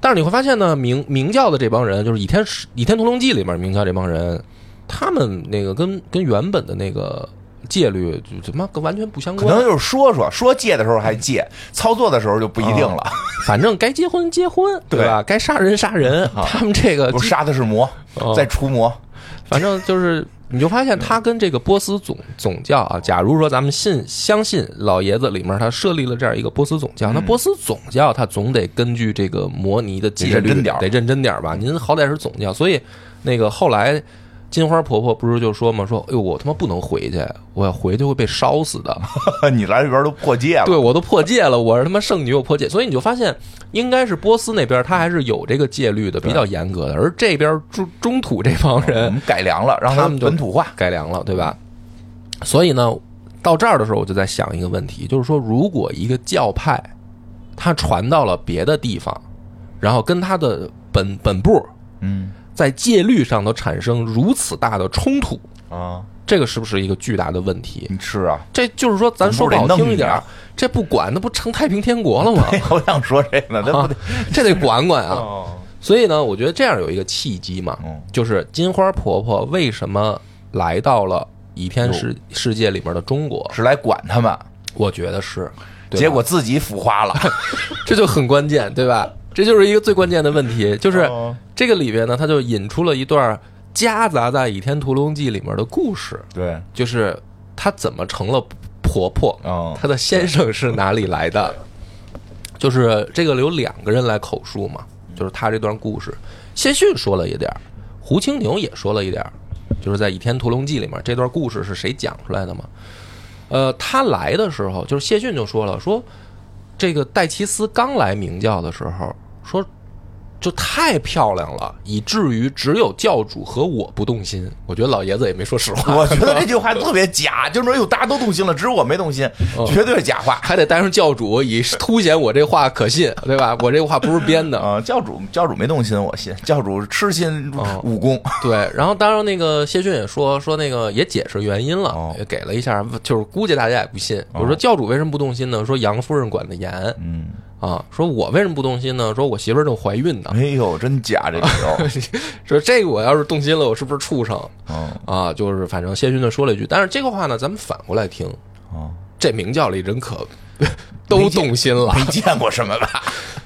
Speaker 1: 但是你会发现呢，明明教的这帮人，就是《倚天倚天屠龙记》里面明教这帮人，他们那个跟跟原本的那个戒律就怎么完全不相
Speaker 2: 可
Speaker 1: 关，
Speaker 2: 能就是说说说戒的时候还戒，操作的时候就不一定
Speaker 1: 哦
Speaker 2: 了。
Speaker 1: 反正该结婚结婚，
Speaker 2: 对嗯
Speaker 1: 对吧？该杀人杀人，他们这个
Speaker 2: 不是杀的是魔，
Speaker 1: 哦
Speaker 2: 在除魔。
Speaker 1: 反正就是，你就发现他跟这个波斯总总教
Speaker 2: 嗯
Speaker 1: 啊，假如说咱们信相信老爷子里面他设立了这样一个波斯总
Speaker 2: 嗯
Speaker 1: 教，那波斯总教他总得根据这个摩尼的戒律
Speaker 2: 得认真点儿嗯
Speaker 1: 得认真点儿吧？您好歹是总教，所以那个后来。金花婆婆不是就说嘛，说哎呦我他妈不能回去，我要回去会被烧死的。
Speaker 2: 你来这边都破戒了，
Speaker 1: 对我都破戒了，我是他妈圣女，我破戒，所以你就发现，应该是波斯那边他还是有这个戒律的，比较严格的，而这边中中土这帮
Speaker 2: 我
Speaker 1: 人
Speaker 2: 们改良了，让
Speaker 1: 他们就
Speaker 2: 本土化。
Speaker 1: 改良了，对吧？所以呢，到这儿的时候，我就在想一个问题，就是说，如果一个教派它传到了别的地方，然后跟它的本本部
Speaker 2: 嗯
Speaker 1: 在戒律上头产生如此大的冲突，
Speaker 2: 啊，
Speaker 1: 这个是不是一个巨大的问题？
Speaker 2: 你吃啊？
Speaker 1: 这就是说，咱说不好听一点，
Speaker 2: 总部得弄你
Speaker 1: 儿
Speaker 2: 啊，
Speaker 1: 这不管，那不成太平天国了吗？
Speaker 2: 我想说这个，那 不
Speaker 1: 啊
Speaker 2: 得。，
Speaker 1: 这得管管啊。
Speaker 2: 哦
Speaker 1: 所以呢，我觉得这样有一个契机嘛
Speaker 2: 嗯，
Speaker 1: 就是金花婆婆为什么来到了倚天世世界里面的中国？
Speaker 2: 是来管他们，
Speaker 1: 我觉得是，对吧
Speaker 2: 结果自己腐化了。
Speaker 1: 这就很关键，对吧？这就是一个最关键的问题，就是
Speaker 2: 哦
Speaker 1: 这个里边呢，它就引出了一段夹杂在《倚天屠龙记》里面的故事，
Speaker 2: 对，
Speaker 1: 就是她怎么成了婆婆，
Speaker 2: 哦，
Speaker 1: 她的先生是哪里来的？ 就是这个有两个人来口述嘛，就是他这段故事，谢逊说了一点儿，胡青牛也说了一点儿，就是在《倚天屠龙记》里面这段故事是谁讲出来的嘛？呃，他来的时候，就是谢逊就说了，说这个戴奇斯刚来明教的时候，说就太漂亮了，以至于只有教主和我不动心。我觉得老爷子也没说实 话，
Speaker 2: 我觉得这句话特别假，就是说哟，大家都动心了，只有我没动心，
Speaker 1: 嗯
Speaker 2: 绝对是假话
Speaker 1: 还得带上教主，以凸显我这话可信，对吧？我这话不是编的。
Speaker 2: 啊！教主教主没动心，我信教主痴心
Speaker 1: 哦
Speaker 2: 武功，
Speaker 1: 对，然后当然那个谢逊也说说那个也解释原因
Speaker 2: 哦
Speaker 1: 了，也给了一下，就是估计大家也不信。我说教主为什么不动心呢？说杨夫人管得严
Speaker 2: 嗯，
Speaker 1: 啊。说我为什么不动心呢？说我媳妇儿正怀孕呢。
Speaker 2: 哎呦，真假这理 由，
Speaker 1: 说这个我要是动心了，我是不是畜生
Speaker 2: 嗯
Speaker 1: 啊？就是反正谢逊就说了一句，但是这个话呢，咱们反过来听，
Speaker 2: 哦，
Speaker 1: 这明教里人可 都动心了。
Speaker 2: 没见过什么吧？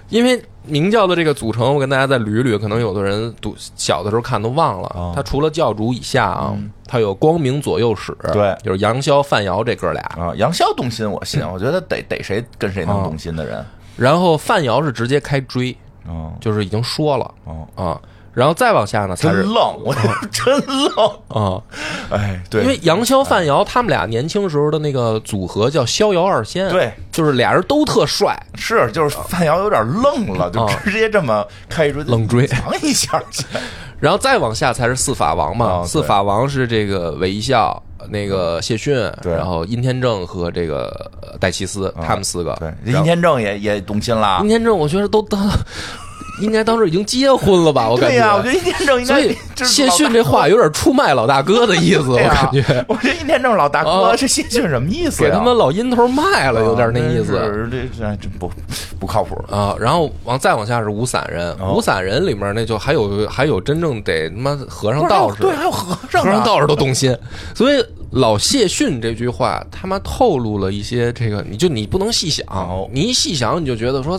Speaker 1: 因为明教的这个组成，我跟大家再捋一捋，可能有的人读小的时候看都忘
Speaker 2: 哦
Speaker 1: 了。它除了教主以下啊，它有光明左右使，
Speaker 2: 嗯对
Speaker 1: 就是杨逍、范瑶这哥俩。
Speaker 2: 啊，杨逍动心，我 信，我觉得得得谁跟谁
Speaker 1: 嗯
Speaker 2: 能动心的人，
Speaker 1: 然后范瑶是直接开追，
Speaker 2: 哦
Speaker 1: 就是已经说了
Speaker 2: 哦，
Speaker 1: 啊。然后再往下呢才
Speaker 2: 真
Speaker 1: 是
Speaker 2: 愣，我真愣，
Speaker 1: 啊，
Speaker 2: 哎，嗯对，
Speaker 1: 因为杨逍、范瑶他们俩年轻时候的那个组合叫逍遥二仙，
Speaker 2: 对，
Speaker 1: 就是俩人都特帅，
Speaker 2: 是就是范瑶有点愣了，就
Speaker 1: 啊
Speaker 2: 直接这么开一追
Speaker 1: 冷追
Speaker 2: 藏一下去，
Speaker 1: 然后再往下才是四法王嘛，
Speaker 2: 啊对嗯
Speaker 1: 四法王是这个韦一笑、那个谢逊，
Speaker 2: 对嗯
Speaker 1: 然后殷天正和这个呃戴奇斯，他们四个。
Speaker 2: 对，
Speaker 1: 然
Speaker 2: 这殷
Speaker 1: 后
Speaker 2: 天正也也动心啦
Speaker 1: 殷，天正，我觉得都当 应该当时已经结婚了吧，我感
Speaker 2: 对呀，我觉得殷天正应
Speaker 1: 所
Speaker 2: 该
Speaker 1: 以
Speaker 2: 就是
Speaker 1: 谢
Speaker 2: 老
Speaker 1: 逊
Speaker 2: 大
Speaker 1: 这话有点出卖老大哥的意 思，我
Speaker 2: 对呀
Speaker 1: 感觉
Speaker 2: 我这一天正老大哥
Speaker 1: 啊
Speaker 2: 这谢逊什么意思
Speaker 1: 给
Speaker 2: 呀？
Speaker 1: 他们老阴头卖了，有点那意
Speaker 2: 啊真
Speaker 1: 思。
Speaker 2: 是这这这不不靠谱。
Speaker 1: 啊，然后往再往下是五散人，
Speaker 2: 哦
Speaker 1: 五散人里面那就还有还有真正得他妈和尚道士，
Speaker 2: 对，啊还有和尚
Speaker 1: 和
Speaker 2: 呢，
Speaker 1: 尚道士都动心，所以老谢逊这句话他妈透露了一些这个，你就你不能细想
Speaker 2: 哦，
Speaker 1: 你一细想你就觉得说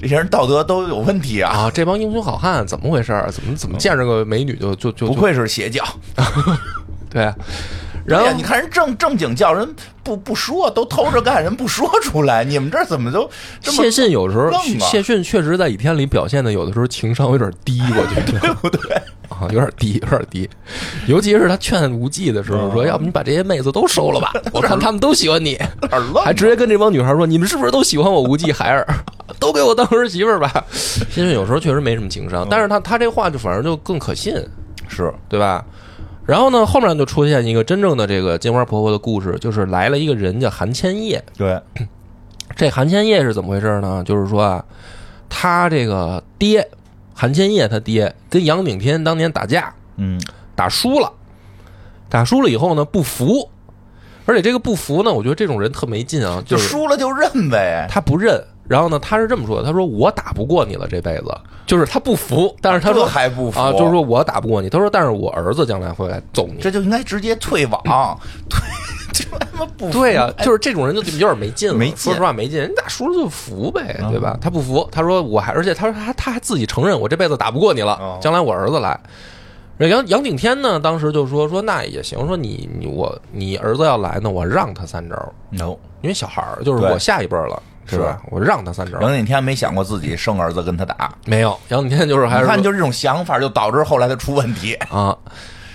Speaker 2: 这些人道德都有问题啊！
Speaker 1: 啊，这帮英雄好汉怎么回事儿？怎么怎么见着个美女就就就
Speaker 2: 不
Speaker 1: 就
Speaker 2: 愧是邪教。
Speaker 1: 对啊，然
Speaker 2: 哎呀
Speaker 1: 后
Speaker 2: 你看人正正经教人不不说，都偷着干，人不说出来。你们这儿怎么都这么
Speaker 1: 谢逊有时候
Speaker 2: 愣啊
Speaker 1: 谢逊确实在《倚天》里表现的有的时候情商有点低，我觉 得对不对啊？有点低，有点低，尤其是他劝无忌的时
Speaker 2: 嗯
Speaker 1: 候说：“要不你把这些妹子都收 了吧，我看他们都喜欢你。”
Speaker 2: 有点愣
Speaker 1: 还？直接跟这帮女孩说：“你们是不是都喜欢我无忌海尔？ 都给我当儿媳妇儿吧。”嗯谢逊有时候确实没什么情商，但是他他这话就反而就更可信，
Speaker 2: 是
Speaker 1: 对吧？然后呢，后面就出现一个真正的这个金花婆婆的故事，就是来了一个人叫韩千叶。
Speaker 2: 对，
Speaker 1: 这韩千叶是怎么回事呢？就是说啊，他这个爹韩千叶他爹跟杨顶天当年打架，
Speaker 2: 嗯，
Speaker 1: 打输了，打输了以后呢不服，而且这个不服呢，我觉得这种人特没劲啊，
Speaker 2: 就是输了就认呗。
Speaker 1: 他不认。然后呢，他是这么说的：“他说我打不过你了，这辈子就是他不服，但是他说
Speaker 2: 这还不服
Speaker 1: 啊，就是说我打不过你。他说，但是我儿子将来会来揍你。
Speaker 2: 这就应该直接退网， 退就他妈不服
Speaker 1: 对呀、就是这种人就有点没劲了，
Speaker 2: 啊没劲啊
Speaker 1: 说实话没劲，人打输了就服呗，对吧？他不服，他说我还，而且他说他他还自己承认我这辈子打不过你
Speaker 2: 哦
Speaker 1: 了，将来我儿子来。杨杨顶天呢，当时就说说那也行，说你你我你儿子要来呢，我让他三招，
Speaker 2: no。
Speaker 1: 因为小孩儿就是
Speaker 2: 对
Speaker 1: 我下一辈儿了，是吧？我让他三招，
Speaker 2: 杨景天没想过自己生儿子跟他打，
Speaker 1: 没有杨顶天就是还
Speaker 2: 你
Speaker 1: 是
Speaker 2: 看就这种想法，就导致后来他出问题。
Speaker 1: 啊，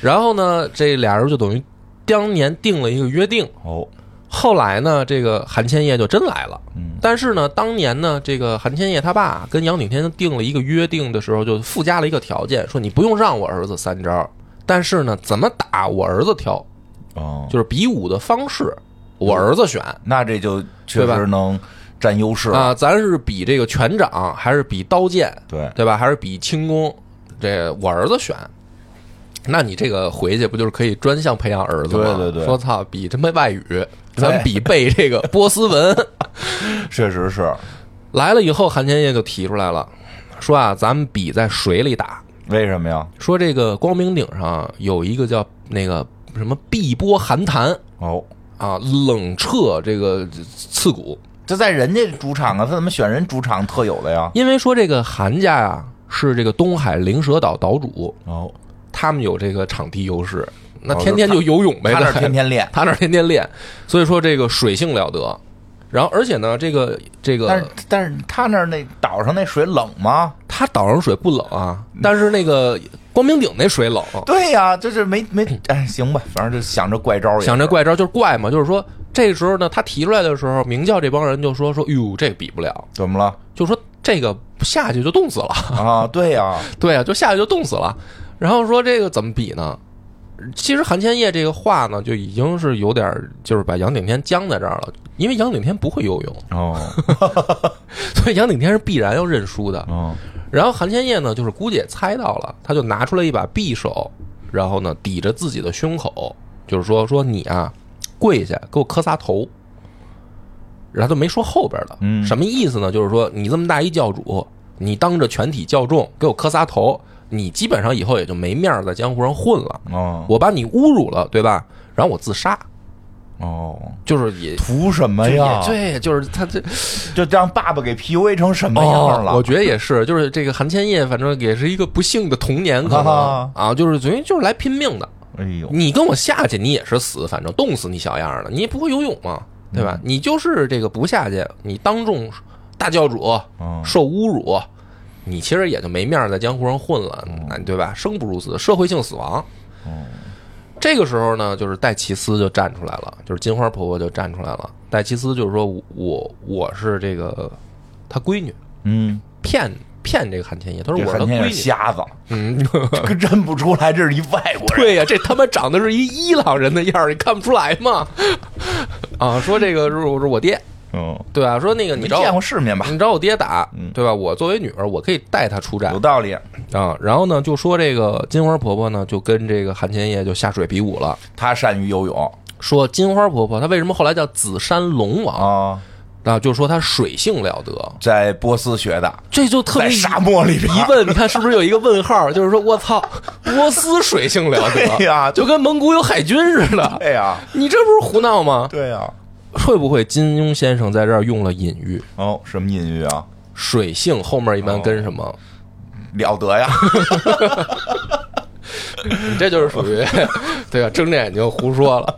Speaker 1: 然后呢，这俩人就等于当年定了一个约定，
Speaker 2: 哦，
Speaker 1: 后来呢，这个韩千叶就真来了。
Speaker 2: 嗯，
Speaker 1: 但是呢，当年呢，这个韩千叶他爸跟杨顶天定了一个约定的时候，就附加了一个条件，说你不用让我儿子三招，但是呢，怎么打我儿子挑，
Speaker 2: 哦，
Speaker 1: 就是比武的方式，我儿子选
Speaker 2: 那这就确
Speaker 1: 对吧
Speaker 2: 实能占优势了。
Speaker 1: 啊，咱是比这个拳掌，还是比刀剑，
Speaker 2: 对，
Speaker 1: 对吧？还是比轻功，这我儿子选。那你这个回去不就是可以专项培养儿子吗？
Speaker 2: 对对对
Speaker 1: 说操，比他妈外语，咱比背这个波斯文。
Speaker 2: 确实是。
Speaker 1: 来了以后，韩千叶就提出来了，说啊，咱们比在水里打。
Speaker 2: 为什么呀？
Speaker 1: 说这个光明顶上有一个叫那个什么碧波寒潭
Speaker 2: 哦，
Speaker 1: 啊，冷彻这个刺骨。
Speaker 2: 这在人家主场啊，他怎么选人主场特有的呀？
Speaker 1: 因为说这个韩家啊是这个东海灵蛇岛岛主，
Speaker 2: 哦，
Speaker 1: 他们有这个场地优势，那
Speaker 2: 哦
Speaker 1: 天天就游泳呗，
Speaker 2: 他那
Speaker 1: 对
Speaker 2: 儿天天练，
Speaker 1: 他那儿天天练，所以说这个水性了得。然后，而且呢，这个这
Speaker 2: 但是
Speaker 1: 个，
Speaker 2: 但是他那儿那岛上那水冷吗？
Speaker 1: 他岛上水不冷啊，但是那个光明顶那水冷。
Speaker 2: 对呀、就是没没，哎，行吧，反正就想着怪招也是，
Speaker 1: 想这怪招就是怪嘛，就是说这时候呢，他提出来的时候，明教这帮人就说说，哟，这比不了，
Speaker 2: 怎么 了
Speaker 1: 就说这个下去就冻死了，
Speaker 2: 啊？对呀、
Speaker 1: 对啊，就下去就冻死了。然后说这个怎么比呢？其实韩千叶这个话呢，就已经是有点儿就是把杨顶天僵在这儿了，因为杨顶天不会游泳，
Speaker 2: 哦
Speaker 1: 所以杨顶天是必然要认输的。
Speaker 2: 哦，
Speaker 1: 然后韩千叶呢，就是估计也猜到了，他就拿出来一把匕首，然后呢抵着自己的胸口，就是说说你啊，跪下给我磕仨头。然后他没说后边的，
Speaker 2: 嗯
Speaker 1: 什么意思呢？就是说你这么大一教主，你当着全体教众给我磕仨头，你基本上以后也就没面儿在江湖上混了。
Speaker 2: 哦
Speaker 1: 我把你侮辱了，对吧？然后我自杀，
Speaker 2: 哦，
Speaker 1: 就是也。
Speaker 2: 图什么
Speaker 1: 就
Speaker 2: 哎呀
Speaker 1: 也？对，就是他这
Speaker 2: 就让爸爸给 PUA 成什么样了？
Speaker 1: 哦？我觉得也是，就是这个韩千叶，反正也是一个不幸的童年，可能
Speaker 2: 啊
Speaker 1: 啊就是等于就是来拼命的。
Speaker 2: 哎呦，
Speaker 1: 你跟我下去，你也是死，反正冻死你小样儿的，你也不会游泳嘛，对吧？你就是这个不下去，你当众大教主
Speaker 2: 嗯
Speaker 1: 受侮辱，你其实也就没面儿在江湖上混了，那对吧？生不如死，社会性死亡。这个时候呢，就是戴奇斯就站出来了，就是金花婆婆就站出来了。戴奇斯就是说我我是这个她闺女，
Speaker 2: 嗯，
Speaker 1: 骗骗这个韩千叶，她说
Speaker 2: 这
Speaker 1: 我是
Speaker 2: 韩
Speaker 1: 她
Speaker 2: 天也是
Speaker 1: 闺女。
Speaker 2: 瞎子，
Speaker 1: 嗯，
Speaker 2: 可认不出来这是一外国人。
Speaker 1: 对呀、这他妈长得是一伊朗人的样儿，你看不出来吗？啊，说这个是我是我爹，
Speaker 2: 嗯，
Speaker 1: 对吧、说那个
Speaker 2: 没
Speaker 1: 你找
Speaker 2: 见过
Speaker 1: 我，
Speaker 2: 世面吧？
Speaker 1: 你找我爹打
Speaker 2: 嗯，
Speaker 1: 对吧？我作为女儿，我可以带他出战
Speaker 2: 有道理，
Speaker 1: 啊。然后呢，就说这个金花婆婆呢，就跟这个韩千叶就下水比武了。
Speaker 2: 他善于游泳
Speaker 1: 说金花婆婆她为什么后来叫紫山龙王
Speaker 2: 啊，
Speaker 1: 啊？就说她水性了得，
Speaker 2: 在波斯学的，
Speaker 1: 这就特
Speaker 2: 在
Speaker 1: 别
Speaker 2: 沙漠里边。
Speaker 1: 疑问，你看是不是有一个问号？就是说我操，波斯水性了
Speaker 2: 对
Speaker 1: 得，
Speaker 2: 哎 呀，
Speaker 1: 就跟蒙古有海军似的。
Speaker 2: 对呀，
Speaker 1: 你这不是胡闹吗？
Speaker 2: 对啊呀。
Speaker 1: 会不会金庸先生在这儿用了隐喻？
Speaker 2: 哦，什么隐喻啊？
Speaker 1: 水性后面一般跟什
Speaker 2: 哦
Speaker 1: 么？
Speaker 2: 了得 呀！
Speaker 1: 你这就是属 于对吧？睁着眼睛胡说了，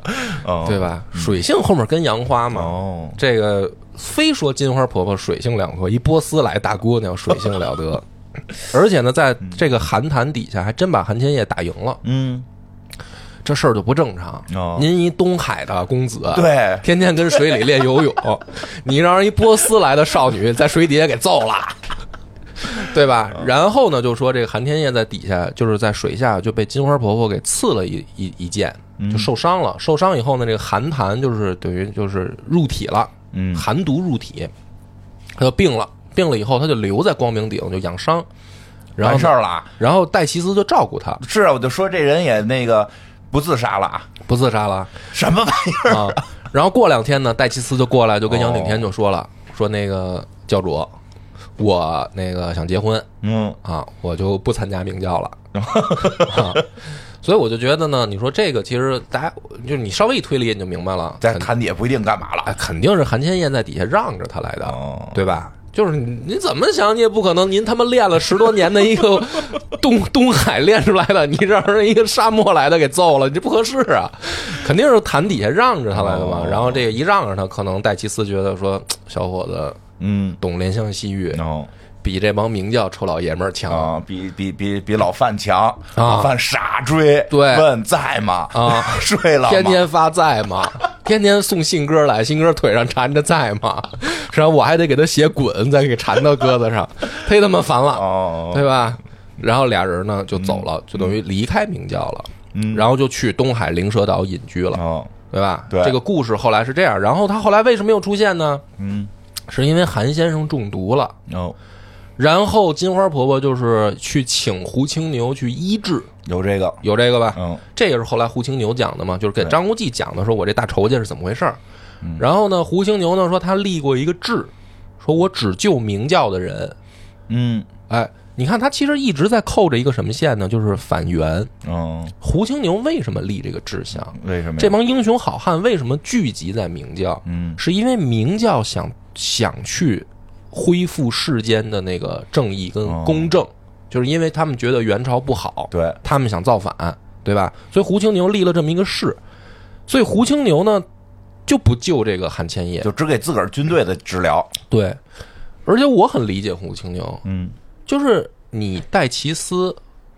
Speaker 2: 嗯
Speaker 1: 对？吧？水性后面跟杨花嘛。
Speaker 2: 哦，
Speaker 1: 这个非说金花婆婆水性两合，一波斯来大姑娘水性了 得，而且呢，在这个寒潭底下还真把韩千叶打赢了，
Speaker 2: 嗯，
Speaker 1: 这事儿就不正常
Speaker 2: 哦。
Speaker 1: 您一东海的公子，
Speaker 2: 对，
Speaker 1: 天天跟水里练游泳，你让人一波斯来的少女在水底下给揍了，对吧？然后呢，就说这个韩天燕在底下，就是在水下就被金花婆婆给刺了一一一剑，
Speaker 2: 嗯
Speaker 1: 就受伤了。受伤以后呢，这个寒痰就是等于就是入体了，
Speaker 2: 嗯
Speaker 1: 寒毒入体，他就病了。病了以后，他就留在光明顶就养伤，然后
Speaker 2: 完事
Speaker 1: 呢
Speaker 2: 儿了啊。
Speaker 1: 然后戴奇斯就照顾他，
Speaker 2: 是啊，我就说这人也那个不自杀了啊，
Speaker 1: 不自杀了。
Speaker 2: 什么玩意儿？
Speaker 1: 啊。然后过两天呢，戴奇斯就过来，就跟杨顶天就说了，说那个教主，我那个想结婚
Speaker 2: 嗯，
Speaker 1: 啊，我就不参加明教了。啊所以我就觉得呢，你说这个其实大家就是你稍微一推理你就明白了，
Speaker 2: 在
Speaker 1: 肯
Speaker 2: 潭底也不一定干嘛了。
Speaker 1: 哎肯定是韩千燕在底下让着他来的，
Speaker 2: 哦
Speaker 1: 对吧？就是你你怎么想，你也不可能，您他妈练了十多年的一个 东东海练出来的，你让人一个沙漠来的给揍了，你这不合适啊！肯定是潭底下让着他来的嘛。
Speaker 2: 哦
Speaker 1: 然后这个一让着他，可能戴奇斯觉得说，小伙子
Speaker 2: 嗯，
Speaker 1: 懂怜香惜玉，
Speaker 2: 哦
Speaker 1: 比这帮明教臭老爷们儿强
Speaker 2: 啊，比比比比老范强，老范傻追，
Speaker 1: 啊对
Speaker 2: 问在吗？
Speaker 1: 啊，
Speaker 2: 睡了吗
Speaker 1: 天天发在 吗？天天送信鸽来，信鸽腿上缠着在吗？然后我还得给他写滚，再给缠到鸽子上，忒他妈烦了。
Speaker 2: 哦，嗯
Speaker 1: 对吧？然后俩人呢就走了，就等于离开明教了，然后就去东海灵蛇岛隐居了，
Speaker 2: 哦，
Speaker 1: 对吧？
Speaker 2: 对
Speaker 1: 这个故事后来是这样，然后他后来为什么又出现呢？
Speaker 2: 嗯，
Speaker 1: 是因为韩先生中毒了，
Speaker 2: 哦，
Speaker 1: 然后金花婆婆就是去请胡青牛去医治，
Speaker 2: 有这个，
Speaker 1: 有这个吧？
Speaker 2: 嗯，
Speaker 1: 这个是后来胡青牛讲的嘛，就是给
Speaker 2: 对嗯
Speaker 1: 张无忌讲的，说我这大仇家是怎么回事儿。然后呢，胡青牛呢说他立过一个志，说我只救明教的人，
Speaker 2: 嗯，
Speaker 1: 哎，你看他其实一直在扣着一个什么线呢？就是反元。
Speaker 2: 哦，
Speaker 1: 胡青牛为什么立这个志向？
Speaker 2: 为什么呀？
Speaker 1: 这帮英雄好汉为什么聚集在明教？
Speaker 2: 嗯，
Speaker 1: 是因为明教想想去恢复世间的那个正义跟
Speaker 2: 哦
Speaker 1: 公正，就是因为他们觉得元朝不好，
Speaker 2: 对，
Speaker 1: 他们想造反，对吧？所以胡青牛立了这么一个誓，所以胡青牛呢就不救这个韩千叶，
Speaker 2: 就只给自个儿军队的治疗。
Speaker 1: 对。而且我很理解胡青牛，
Speaker 2: 嗯，
Speaker 1: 就是你戴奇斯，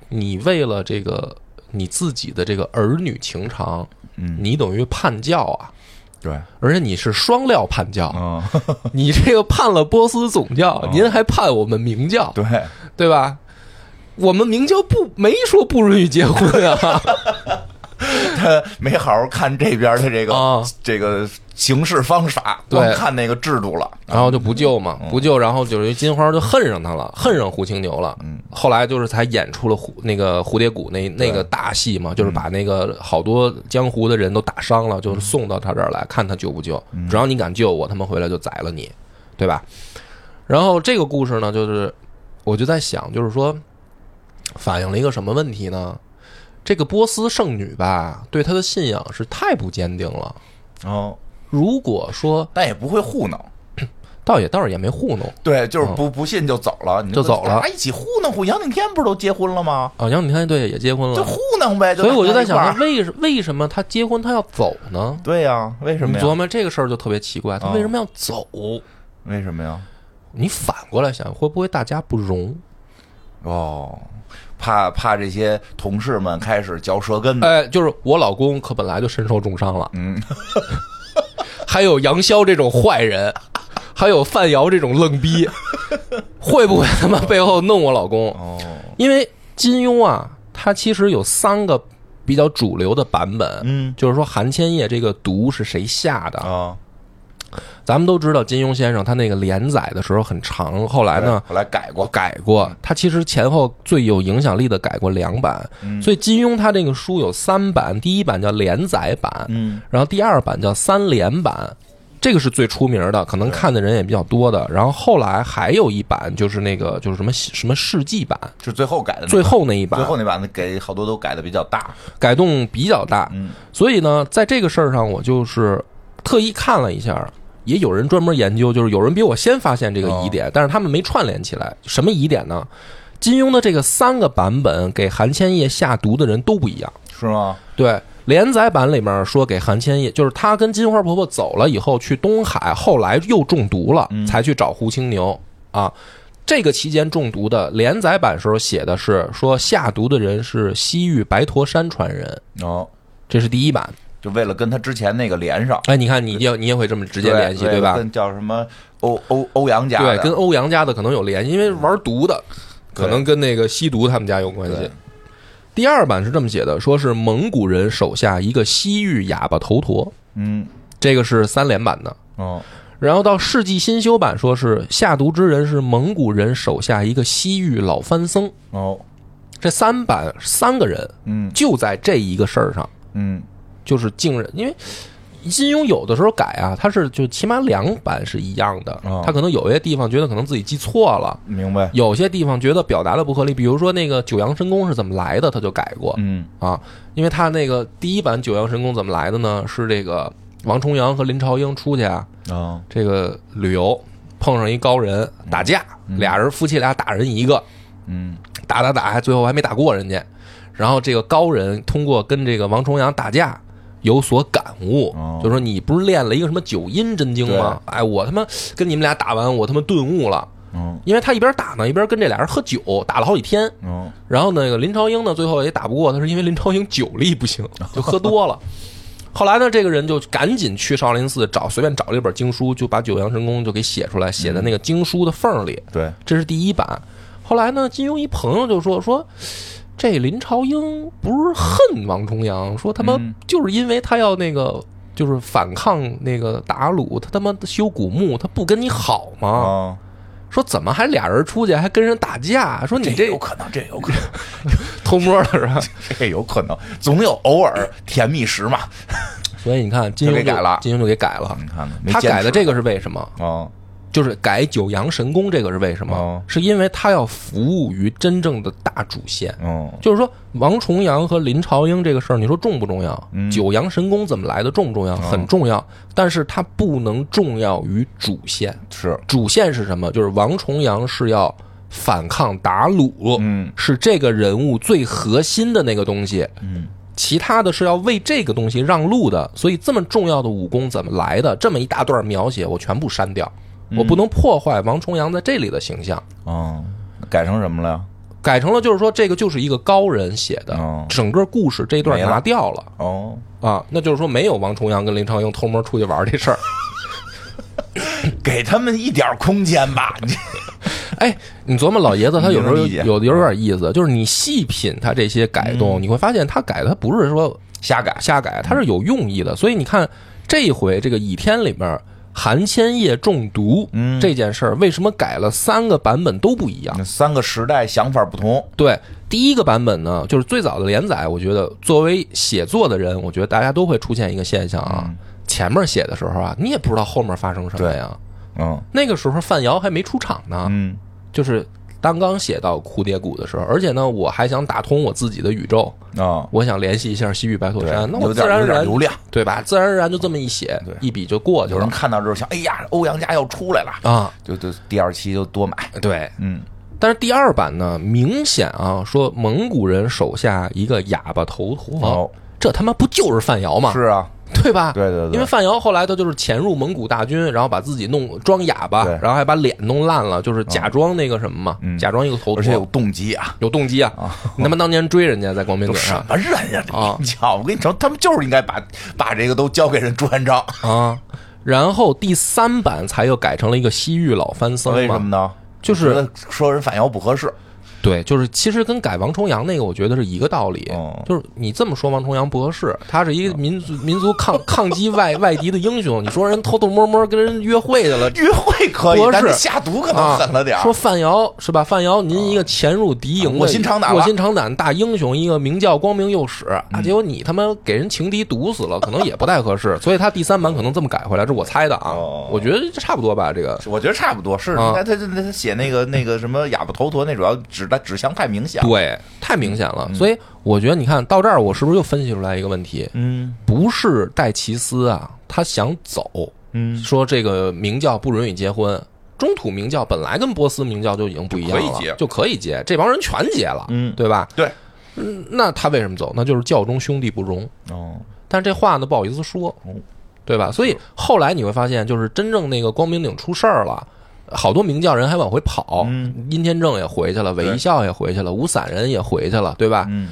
Speaker 1: 你为了这个你自己的这个儿女情长，
Speaker 2: 嗯
Speaker 1: 你等于叛教啊，
Speaker 2: 对，
Speaker 1: 而且你是双料叛教，
Speaker 2: 嗯，
Speaker 1: 你这个叛了波斯总教
Speaker 2: 哦，
Speaker 1: 您还叛我们明教，
Speaker 2: 对，
Speaker 1: 对吧？我们明教不没说不允许结婚啊，
Speaker 2: 他没好好看这边的这个、
Speaker 1: 啊
Speaker 2: 这个行事方法，
Speaker 1: 对
Speaker 2: 光看那个制度了。
Speaker 1: 然后就不救嘛，不救，然后就是金花就恨上他了，恨上胡青牛了。嗯，后来就是才演出了蝴那个蝴蝶谷那那个大戏嘛，就是把那个好多江湖的人都打伤了，就是送到他这儿来看他救不救。只要你敢救我，他们回来就宰了你，对吧？然后这个故事呢，就是我就在想，就是说反映了一个什么问题呢？这个波斯圣女吧，对她的信仰是太不坚定了。
Speaker 2: 哦，
Speaker 1: 如果说
Speaker 2: 但也不会糊弄。
Speaker 1: 倒也倒是也没糊弄。
Speaker 2: 对，就是不不信就走了，你
Speaker 1: 哦就走了
Speaker 2: 大家一起糊弄糊。杨顶天不是都结婚了吗？
Speaker 1: 啊，杨景天对也结婚
Speaker 2: 就
Speaker 1: 了，
Speaker 2: 糊弄呗。
Speaker 1: 嗯所以我就在想，
Speaker 2: 大家一
Speaker 1: 他
Speaker 2: 块儿
Speaker 1: 为什为什么他结婚他要走呢？
Speaker 2: 对呀、为什
Speaker 1: 你
Speaker 2: 么
Speaker 1: 琢
Speaker 2: 呀？
Speaker 1: 磨这个事儿就特别奇怪，他
Speaker 2: 啊
Speaker 1: 为什么要走？
Speaker 2: 为什么呀？嗯
Speaker 1: 你反过来想，会不会大家不容？
Speaker 2: 哦，怕怕这些同事们开始嚼舌根子，
Speaker 1: 哎，就是我老公可本来就身受重伤了，
Speaker 2: 嗯，
Speaker 1: 还有杨潇这种坏 人，还有范瑶这种愣逼，会不会他妈背后弄我老公？
Speaker 2: 哦，
Speaker 1: 因为金庸啊，他其实有三个比较主流的版本，
Speaker 2: 嗯
Speaker 1: 就是说韩千叶这个毒是谁下的？
Speaker 2: 啊，
Speaker 1: 咱们都知道金庸先生他那个连载的时候很长，后来呢
Speaker 2: 后来改过，
Speaker 1: 改过，他其实前后最有影响力的改过两版，
Speaker 2: 嗯
Speaker 1: 所以金庸他这个书有三版，第一版叫连载版，
Speaker 2: 嗯
Speaker 1: 然后第二版叫三连版。这个是最出名的，可能看的人也比较多的。然后后来还有一版，就是那个就是什么什么世纪版，
Speaker 2: 就最后改的那，
Speaker 1: 最后那一版
Speaker 2: 嗯最，后那版给好多都改的比较大，
Speaker 1: 改动比较大，
Speaker 2: 嗯
Speaker 1: 所以呢，在这个事儿上，我就是特意看了一下，也有人专门研究，就是有人比我先发现这个疑点，但是他们没串联起来。什么疑点呢？金庸的这个三个版本给韩千叶下毒的人都不一样。
Speaker 2: 是吗？
Speaker 1: 对，连载版里面说给韩千叶，就是他跟金花婆婆走了以后去东海，后来又中毒了，才去找胡青牛啊。这个期间中毒的连载版时候写的是说下毒的人是西域白驼山传人，
Speaker 2: 哦，
Speaker 1: 这是第一版。
Speaker 2: 就为了跟他之前那个连上，
Speaker 1: 哎，你看你也你也会这么直
Speaker 2: 直
Speaker 1: 接联系对吧？
Speaker 2: 跟叫什么欧欧欧阳家的，
Speaker 1: 对，跟欧阳家的可能有联系，因为玩毒的
Speaker 2: 对
Speaker 1: 可能跟那个吸毒他们家有关系
Speaker 2: 对。
Speaker 1: 第二版是这么写的，说是蒙古人手下一个西域哑巴头陀，
Speaker 2: 嗯
Speaker 1: 这个是三连版的。
Speaker 2: 哦
Speaker 1: 然后到世纪新修版，说是下毒之人是蒙古人手下一个西域老番僧。
Speaker 2: 哦
Speaker 1: 这三版三个人
Speaker 2: 嗯
Speaker 1: 就在这一个事儿上，
Speaker 2: 嗯
Speaker 1: 就是竟然因为。金庸有的时候改啊，他是就起码两版是一样的
Speaker 2: 哦，
Speaker 1: 他可能有些地方觉得可能自己记错了，
Speaker 2: 明白，
Speaker 1: 有些地方觉得表达的不合理，比如说那个九阳神功是怎么来的，他就改过
Speaker 2: 嗯
Speaker 1: 啊，因为他那个第一版九阳神功怎么来的呢？是这个王重阳和林朝英出去啊，
Speaker 2: 哦
Speaker 1: 这个旅游碰上一高人打架，俩人夫妻俩打人一个，
Speaker 2: 嗯
Speaker 1: 打打打，还最后还没打过人家。然后这个高人通过跟这个王重阳打架有所感悟，
Speaker 2: 哦
Speaker 1: 就说你不是练了一个什么九阴真经吗？哎，我他妈跟你们俩打完，我他妈顿悟了。
Speaker 2: 哦
Speaker 1: 因为他一边打呢，一边跟这俩人喝酒，打了好几天。
Speaker 2: 哦
Speaker 1: 然后那个林朝英呢，最后也打不过他，是因为林朝英酒力不行，就喝多了。后来呢，这个人就赶紧去少林寺找随便找了一本经书，就把九阳神功就给写出来，写在那个经书的缝里。
Speaker 2: 对，
Speaker 1: 这是第一版。后来呢，金庸一朋友就说说，这林朝英不是恨王重阳，说他妈
Speaker 2: 嗯
Speaker 1: 就是因为他要那个就是反抗那个鞑虏，他他妈修古墓，他不跟你好吗？
Speaker 2: 哦，
Speaker 1: 说怎么还俩人出去还跟人打架？说你这
Speaker 2: 有可能，这有可能。
Speaker 1: 偷摸了是吧？
Speaker 2: 这有可能，总有偶尔甜蜜时嘛。
Speaker 1: 所以你看金庸
Speaker 2: 就给改了
Speaker 1: 金庸就给改了
Speaker 2: 你。看看，没
Speaker 1: 他
Speaker 2: 坚
Speaker 1: 改的
Speaker 2: 持
Speaker 1: 这个是为什么？
Speaker 2: 哦
Speaker 1: 就是改九阳神功这个是为什么
Speaker 2: 哦？
Speaker 1: 是因为他要服务于真正的大主线。
Speaker 2: 哦
Speaker 1: 就是说，王重阳和林朝英这个事儿，你说重不重要？
Speaker 2: 嗯哦
Speaker 1: 九阳神功怎么来的重不重要？很重要，但是它不能重要于主线。
Speaker 2: 是
Speaker 1: 主线是什么？就是王重阳是要反抗鞑虏，
Speaker 2: 嗯
Speaker 1: 是这个人物最核心的那个东西。
Speaker 2: 嗯
Speaker 1: 其他的是要为这个东西让路的，所以这么重要的武功怎么来的？这么一大段描写，我全部删掉，我不能破坏王重阳在这里的形象。
Speaker 2: 哦，改成什么了呀？
Speaker 1: 改成了就是说，这个就是一个高人写的
Speaker 2: 哦，
Speaker 1: 整个故事这一段
Speaker 2: 没了
Speaker 1: 拿掉了
Speaker 2: 哦，
Speaker 1: 啊，那就是说没有王重阳跟林朝英偷摸出去玩这 事儿。
Speaker 2: 给他们一点空间吧。 你
Speaker 1: 哎，你琢磨老爷子他有时候
Speaker 2: 你能
Speaker 1: 有
Speaker 2: 理解嗯
Speaker 1: 有的有点意思，就是你细品他这些改动，你会发现他改的他不是说
Speaker 2: 瞎改
Speaker 1: 瞎改，它是有用意的。
Speaker 2: 嗯
Speaker 1: 所以你看这一回这个《倚天》里面韩千叶中毒、
Speaker 2: 嗯
Speaker 1: 这件事儿，为什么改了三个版本都不一样？
Speaker 2: 三个时代想法不同，
Speaker 1: 对，第一个版本呢，就是最早的连载，我觉得作为写作的人，我觉得大家都会出现一个现象啊，前面写的时候啊，你也不知道后面发生什么呀。
Speaker 2: 嗯
Speaker 1: 那个时候范瑶还没出场呢，
Speaker 2: 嗯
Speaker 1: 就是刚刚写到蝴蝶谷的时候，而且呢，我还想打通我自己的宇宙，
Speaker 2: 啊，
Speaker 1: 我想联系一下西域白驼
Speaker 2: 对
Speaker 1: 山，那，我
Speaker 2: 有
Speaker 1: 自
Speaker 2: 点
Speaker 1: 然
Speaker 2: 有
Speaker 1: 而
Speaker 2: 点
Speaker 1: 然
Speaker 2: 流量。
Speaker 1: 对吧？自然而然就这么一写，
Speaker 2: 对
Speaker 1: 一笔就过去
Speaker 2: 有人
Speaker 1: 了
Speaker 2: 看到之后想，哎呀，欧阳家要出来了，
Speaker 1: 啊。
Speaker 2: 就就第二期就多买。
Speaker 1: 对，
Speaker 2: 嗯
Speaker 1: 但是第二版呢，明显啊，说蒙古人手下一个哑巴头陀，
Speaker 2: 哦
Speaker 1: 这他妈不就是范瑶吗？
Speaker 2: 是啊，
Speaker 1: 对吧？
Speaker 2: 对对对
Speaker 1: 因为范瑶后来他就是潜入蒙古大军，然后把自己弄装哑巴
Speaker 2: 对，
Speaker 1: 然后还把脸弄烂了，就是假装那个什么嘛，
Speaker 2: 嗯
Speaker 1: 假装一个头
Speaker 2: 而且有
Speaker 1: 陀，
Speaker 2: 动机啊！
Speaker 1: 有动机 啊！你他妈当年追人家在光明
Speaker 2: 都
Speaker 1: 顶
Speaker 2: 什
Speaker 1: 上
Speaker 2: 么人呀、
Speaker 1: 啊
Speaker 2: 你瞧，我跟你说，他们就是应该把把这个都交给人朱元璋，
Speaker 1: 啊，然后第三版才又改成了一个西域老番僧嘛，
Speaker 2: 为什么呢？
Speaker 1: 就是
Speaker 2: 觉得说人反摇不合适，
Speaker 1: 对，就是其实跟改王重阳那个，我觉得是一个道理。
Speaker 2: 哦
Speaker 1: 就是你这么说王重阳不合适，他是一个民族民族抗抗击外 外敌的英雄。你说人偷偷摸摸跟人约会去了，
Speaker 2: 约会可以
Speaker 1: 合，适
Speaker 2: 但是下毒 可能狠了点
Speaker 1: 啊
Speaker 2: 儿。
Speaker 1: 说范瑶是吧？范瑶，您一个潜入敌营的，
Speaker 2: 啊卧薪尝胆了嗯
Speaker 1: 卧薪尝胆大英雄，一个名叫光明右使啊，结果你他妈给人情敌毒死了，可能也不太合适。所以他第三版可能这么改回来，这我猜的啊
Speaker 2: 哦。
Speaker 1: 我觉得这差不多吧，这个。
Speaker 2: 我觉得差不多是，
Speaker 1: 啊
Speaker 2: 你看他他他他写那个那个什么哑巴头陀那主要指的指向太明显了。
Speaker 1: 对，太明显了，所以我觉得你看到这儿，我是不是又分析出来一个问题？
Speaker 2: 嗯
Speaker 1: 不是戴奇斯啊，他想走，
Speaker 2: 嗯，
Speaker 1: 说这个明教不允许结婚。中土明教本来跟波斯明教就已经不一样了，
Speaker 2: 就可以结
Speaker 1: 就可以结，这帮人全结了，
Speaker 2: 嗯
Speaker 1: 对吧？
Speaker 2: 对
Speaker 1: 嗯，那他为什么走？那就是教中兄弟不容。
Speaker 2: 哦，
Speaker 1: 但是这话呢，不好意思说
Speaker 2: 哦，
Speaker 1: 对吧？所以后来你会发现，就是真正那个光明顶出事儿了。好多明教人还往回跑，
Speaker 2: 嗯
Speaker 1: 殷天正也回去了，韦一笑也回去了，吴散人也回去了，对吧？
Speaker 2: 嗯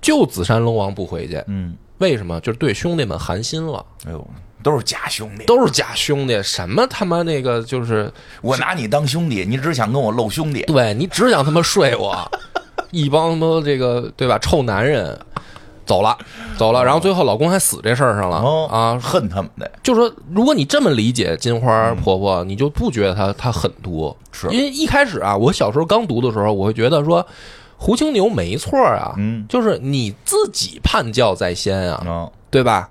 Speaker 1: 就紫山龙王不回去，
Speaker 2: 嗯，
Speaker 1: 为什么？就是对兄弟们寒心了。
Speaker 2: 哎呦，都是假兄弟，
Speaker 1: 都是假兄弟，什么他妈那个就是，
Speaker 2: 我拿你当兄弟，你只想跟我露兄弟。
Speaker 1: 对你只想他妈睡 我，一帮他妈这个对吧？臭男人，走了，走了，然后最后老公还死这事儿上了、
Speaker 2: 哦
Speaker 1: 啊！
Speaker 2: 恨他们的，
Speaker 1: 就说如果你这么理解金花婆婆，你就不觉得她她狠毒，
Speaker 2: 是
Speaker 1: 因为一开始啊，我小时候刚读的时候，我会觉得说胡青牛没错啊，
Speaker 2: 嗯
Speaker 1: 就是你自己叛教在先啊，
Speaker 2: 啊，
Speaker 1: 对吧？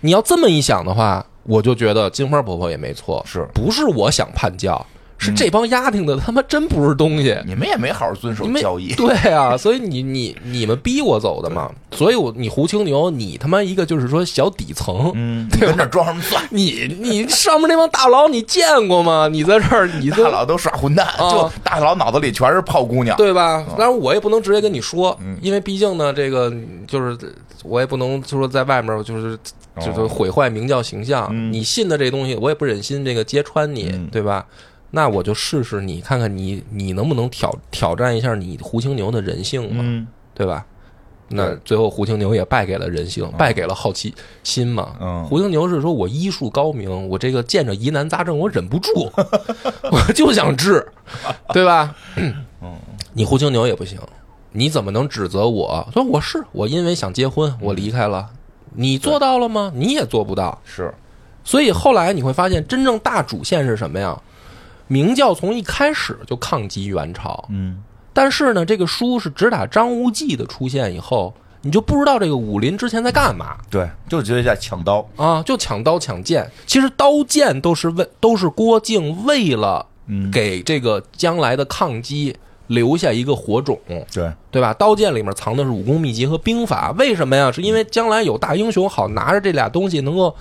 Speaker 1: 你要这么一想的话，我就觉得金花婆婆也没错，
Speaker 2: 是
Speaker 1: 不是我想叛教，
Speaker 2: 嗯
Speaker 1: 是这帮丫挺的他妈真不是东西。
Speaker 2: 你们也没好好遵守
Speaker 1: 你们
Speaker 2: 嗯教 义，
Speaker 1: 对啊，所以你你你们逼我走的嘛，所以我你胡青牛，你他妈一个就是说小底层，
Speaker 2: 嗯，你跟这装什么蒜？
Speaker 1: 你 你上面那帮大佬你见过吗？你在这儿你
Speaker 2: 大
Speaker 1: 这
Speaker 2: 佬都耍混蛋，就大佬脑子里全是泡姑娘。啊嗯
Speaker 1: 对吧？当然我也不能直接跟你说，因为毕竟呢，这个就是我也不能说在外面就是
Speaker 2: 哦
Speaker 1: 就是毁坏明教形象。
Speaker 2: 嗯
Speaker 1: 你信的这东西，我也不忍心这个揭穿你，
Speaker 2: 嗯
Speaker 1: 对吧？那我就试试你，看看你你能不能挑挑战一下你胡青牛的人性嘛，
Speaker 2: 嗯
Speaker 1: 对吧？那
Speaker 2: 对
Speaker 1: 最后胡青牛也败给了人性，败给了好奇心嘛。
Speaker 2: 嗯
Speaker 1: 胡青牛是说我医术高明，我这个见着疑难杂症我忍不 住，我就想治，对吧？
Speaker 2: 嗯
Speaker 1: 你胡青牛也不行，你怎么能指责我？说我是我因为想结婚我离开了，
Speaker 2: 嗯
Speaker 1: 你做到了吗？你也做不到。
Speaker 2: 是，
Speaker 1: 所以后来你会发现，真正大主线是什么呀？明教从一开始就抗击元朝，
Speaker 2: 嗯
Speaker 1: 但是呢，这个书是只打张无忌的出现以后，你就不知道这个武林之前在干嘛
Speaker 2: 对，就觉得在抢刀，
Speaker 1: 啊，就抢刀抢剑。其实刀剑都是为都是郭靖为了
Speaker 2: 嗯
Speaker 1: 给这个将来的抗击留下一个火种，
Speaker 2: 对，
Speaker 1: 对吧？刀剑里面藏的是武功秘籍和兵法，为什么呀？是因为将来有大英雄好拿着这俩东西能够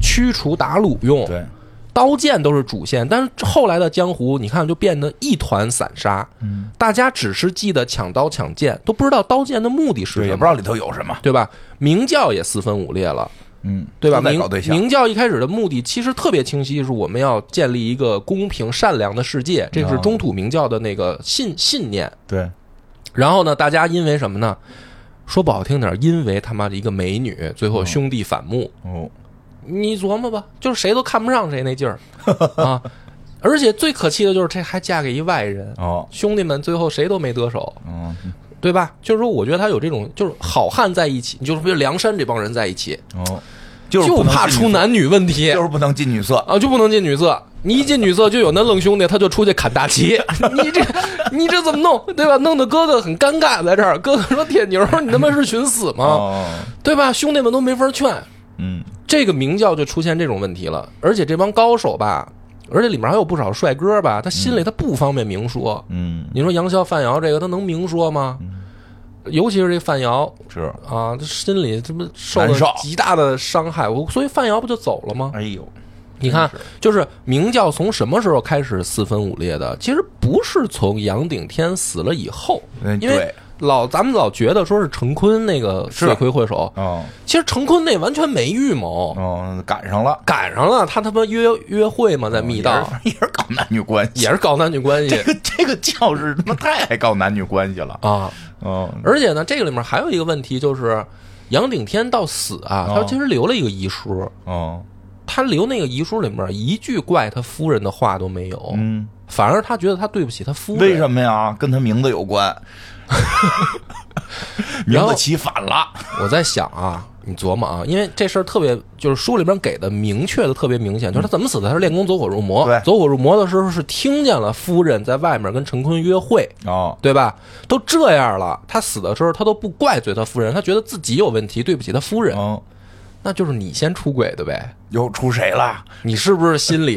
Speaker 1: 驱除鞑虏用。
Speaker 2: 对，
Speaker 1: 刀剑都是主线，但是后来的江湖，你看就变得一团散沙，
Speaker 2: 嗯，
Speaker 1: 大家只是记得抢刀抢剑，都不知道刀剑的目的是
Speaker 2: 对，也
Speaker 1: 什
Speaker 2: 不知
Speaker 1: 么，
Speaker 2: 道里头有什么，
Speaker 1: 对吧？明教也四分五裂了，
Speaker 2: 嗯，
Speaker 1: 对吧？
Speaker 2: 都在
Speaker 1: 明
Speaker 2: 搞对象，
Speaker 1: 明教一开始的目的其实特别清晰，是我们要建立一个公平善良的世界，这是
Speaker 2: 哦
Speaker 1: 中土明教的那个信信念。
Speaker 2: 对，
Speaker 1: 然后呢，大家因为什么呢？说不好听点儿，因为他妈的一个美女，最后兄弟反目，
Speaker 2: 哦，
Speaker 1: 你琢磨吧，就是谁都看不上谁那劲儿啊！而且最可气的就是这还嫁给一外人，
Speaker 2: 哦，
Speaker 1: 兄弟们最后谁都没得手，
Speaker 2: 嗯，
Speaker 1: 对吧？就是说，我觉得他有这种，就是好汉在一起，就是比如梁山这帮人在一起，
Speaker 2: 哦，
Speaker 1: 就
Speaker 2: 就是不能
Speaker 1: 怕
Speaker 2: 进
Speaker 1: 出
Speaker 2: 女色，
Speaker 1: 男女问题
Speaker 2: 就是不能进女色，
Speaker 1: 啊，就不能进女色。你一进女色，就有那愣兄弟，他就出去砍大旗。你这，你这怎么弄，对吧？弄得哥哥很尴尬，在这儿，哥哥说：“铁牛，你他妈是寻死吗？
Speaker 2: 哦，
Speaker 1: 对吧？”兄弟们都没法劝，
Speaker 2: 嗯，
Speaker 1: 这个明教就出现这种问题了。而且这帮高手吧，而且里面还有不少帅哥吧，他心里他不方便明说。
Speaker 2: 嗯，
Speaker 1: 你说杨逍、范瑶这个，他能明说吗？尤其是这范瑶，
Speaker 2: 是，
Speaker 1: 啊，这心里这不受了
Speaker 2: 难受
Speaker 1: 极大的伤害，我所以范瑶不就走了吗？
Speaker 2: 哎呦，
Speaker 1: 你看，就是明教从什么时候开始四分五裂的？其实不是从杨顶天死了以后
Speaker 2: 嗯，
Speaker 1: 因为
Speaker 2: 对
Speaker 1: 老咱们老觉得说是成昆那个
Speaker 2: 是
Speaker 1: 罪
Speaker 2: 啊
Speaker 1: 魁祸首，
Speaker 2: 哦
Speaker 1: 其实成昆那完全没预谋，
Speaker 2: 哦，赶上了，
Speaker 1: 赶上了他他妈约约会嘛，在密道
Speaker 2: 也哦是也是 搞男女关系，
Speaker 1: 也是搞男女关系
Speaker 2: 这个这个教室他妈太爱搞男女关系了。
Speaker 1: 啊。
Speaker 2: 哦，
Speaker 1: 而且呢，这个里面还有一个问题就是，杨顶天到死啊，他
Speaker 2: 哦
Speaker 1: 其实留了一个遗书，
Speaker 2: 哦，
Speaker 1: 他留那个遗书里面一句怪他夫人的话都没有，
Speaker 2: 嗯，
Speaker 1: 反而他觉得他对不起他夫人。
Speaker 2: 为什么呀？跟他名字有 关，名
Speaker 1: 然后
Speaker 2: 字起反了。
Speaker 1: 我在想啊，你琢磨啊，因为这事儿特别，就是书里边给的明确的特别明显，就是他怎么死的？他是练功走火入魔。
Speaker 2: 嗯对
Speaker 1: 走火入魔的时候是听见了夫人在外面跟陈坤约会，
Speaker 2: 哦，
Speaker 1: 对吧？都这样了，他死的时候他都不怪罪他夫人，他觉得自己有问题，对不起他夫人，
Speaker 2: 嗯，
Speaker 1: 那就是你先出轨的呗。
Speaker 2: 又出谁了？
Speaker 1: 你是不是心里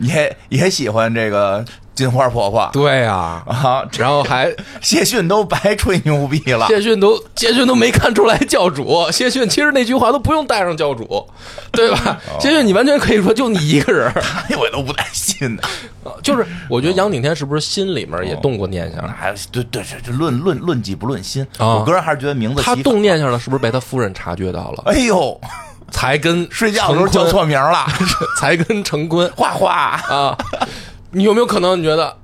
Speaker 2: 也也喜欢这个金花婆婆
Speaker 1: 对呀、
Speaker 2: 啊？这
Speaker 1: 然后还
Speaker 2: 谢逊都白吹牛逼 了。
Speaker 1: 谢逊都谢逊都没看出来教主，谢逊其实那句话都不用带上教主，对吧？谢逊你完全可以说就你一个人，
Speaker 2: 哎我都不太信呢。
Speaker 1: 啊 就是我觉得杨顶天是不是心里面也动过念想？
Speaker 2: 还哎对对对，这论论论己不论心。
Speaker 1: 啊
Speaker 2: 我个人还是觉得名字
Speaker 1: 他
Speaker 2: 起
Speaker 1: 动念想了，是不是被他夫人察觉到了，
Speaker 2: 哎呦，
Speaker 1: 才跟
Speaker 2: 睡觉的时候叫错名了，
Speaker 1: 陈坤， 才跟陈坤
Speaker 2: 花花，
Speaker 1: 啊？你有没有可能？你觉得？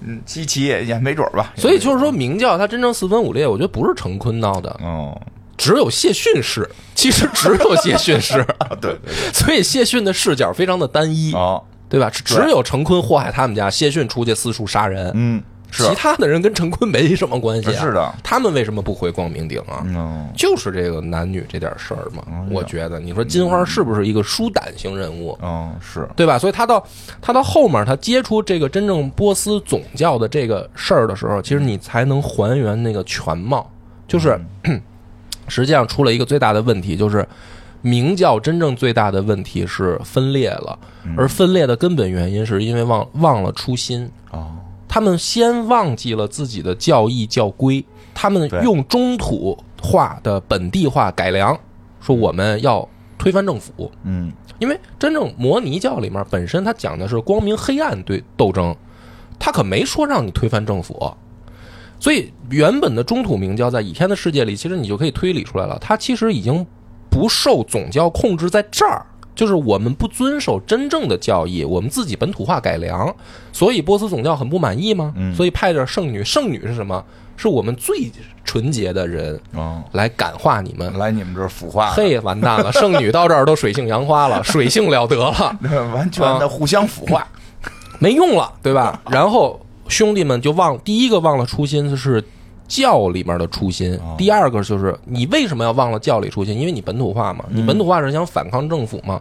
Speaker 2: 嗯，七七也也没准儿吧。
Speaker 1: 所以就是说，明教他真正四分五裂，我觉得不是陈坤闹的，
Speaker 2: 哦，
Speaker 1: 只有谢逊是。其实只有谢逊是，
Speaker 2: 啊对对对，
Speaker 1: 所以谢逊的视角非常的单一，
Speaker 2: 哦，
Speaker 1: 对吧？只只有陈坤祸害他们家，谢逊出去四处杀人，
Speaker 2: 嗯，是
Speaker 1: 其他的人跟陈坤没什么关系啊。
Speaker 2: 是的，
Speaker 1: 他们为什么不回光明顶啊？
Speaker 2: 嗯，
Speaker 1: 就是这个男女这点事儿嘛，我觉得，你说金花是不是一个疏胆型人物，
Speaker 2: 哦，是，
Speaker 1: 对吧？所以他到他到后面，他接触这个真正波斯总教的这个事儿的时候，其实你才能还原那个全貌。就是、 实际上出了一个最大的问题，就是明教真正最大的问题是分裂了，而分裂的根本原因是因为忘忘了初心，
Speaker 2: 哦，
Speaker 1: 他们先忘记了自己的教义教规，他们
Speaker 2: 对
Speaker 1: 用中土化的本地化改良，说我们要推翻政府，
Speaker 2: 嗯，
Speaker 1: 因为真正摩尼教里面本身它讲的是光明黑暗对斗争，它可没说让你推翻政府。所以原本的中土明教在倚天的世界里，其实你就可以推理出来了，它其实已经不受总教控制在这儿。就是我们不遵守真正的教义，我们自己本土化改良，所以波斯总教很不满意吗？所以派点圣女，圣女是什么？是我们最纯洁的人
Speaker 2: 哦，
Speaker 1: 来感化你们，
Speaker 2: 来你们这儿腐化了，
Speaker 1: 嘿，完蛋了！剩女到这儿都水性杨花了，水性了得了，
Speaker 2: 完全
Speaker 1: 啊
Speaker 2: 的互相腐化。
Speaker 1: 没用了，对吧？然后兄弟们就忘第一个忘了初心是教里面的初心，第二个就是你为什么要忘了教里初心？因为你本土化嘛，你本土化是想反抗政府嘛，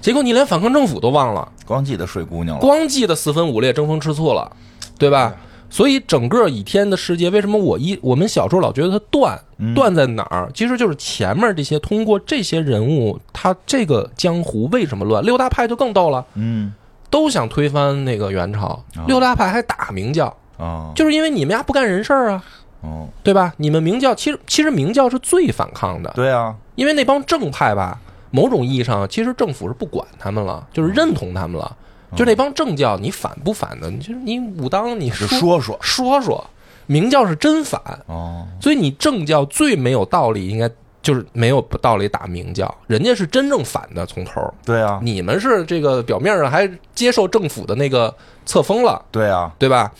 Speaker 1: 结果你连反抗政府都忘了，
Speaker 2: 光记得睡姑娘了，
Speaker 1: 光记得四分五裂、争风吃醋了，对吧？所以整个倚天的世界，为什么我一我们小时候老觉得它断断在哪儿？其实就是前面这些通过这些人物，他这个江湖为什么乱？六大派就更逗了，
Speaker 2: 嗯，
Speaker 1: 都想推翻那个元朝，六大派还打明教，
Speaker 2: 哦，
Speaker 1: 就是因为你们家不干人事儿啊，
Speaker 2: 哦，
Speaker 1: 对吧？你们明教其实其实明教是最反抗的，
Speaker 2: 对啊，
Speaker 1: 因为那帮正派吧，某种意义上其实政府是不管他们了，就是认同他们了。就那帮正教，你反不反的？你就是你武当，你
Speaker 2: 只
Speaker 1: 说
Speaker 2: 说
Speaker 1: 说
Speaker 2: 说，
Speaker 1: 说，明教是真反，
Speaker 2: 哦，
Speaker 1: 所以你正教最没有道理，应该就是没有道理打明教，人家是真正反的，从头儿。
Speaker 2: 对啊，
Speaker 1: 你们是这个表面上还接受政府的那个册封了，
Speaker 2: 对啊，
Speaker 1: 对吧？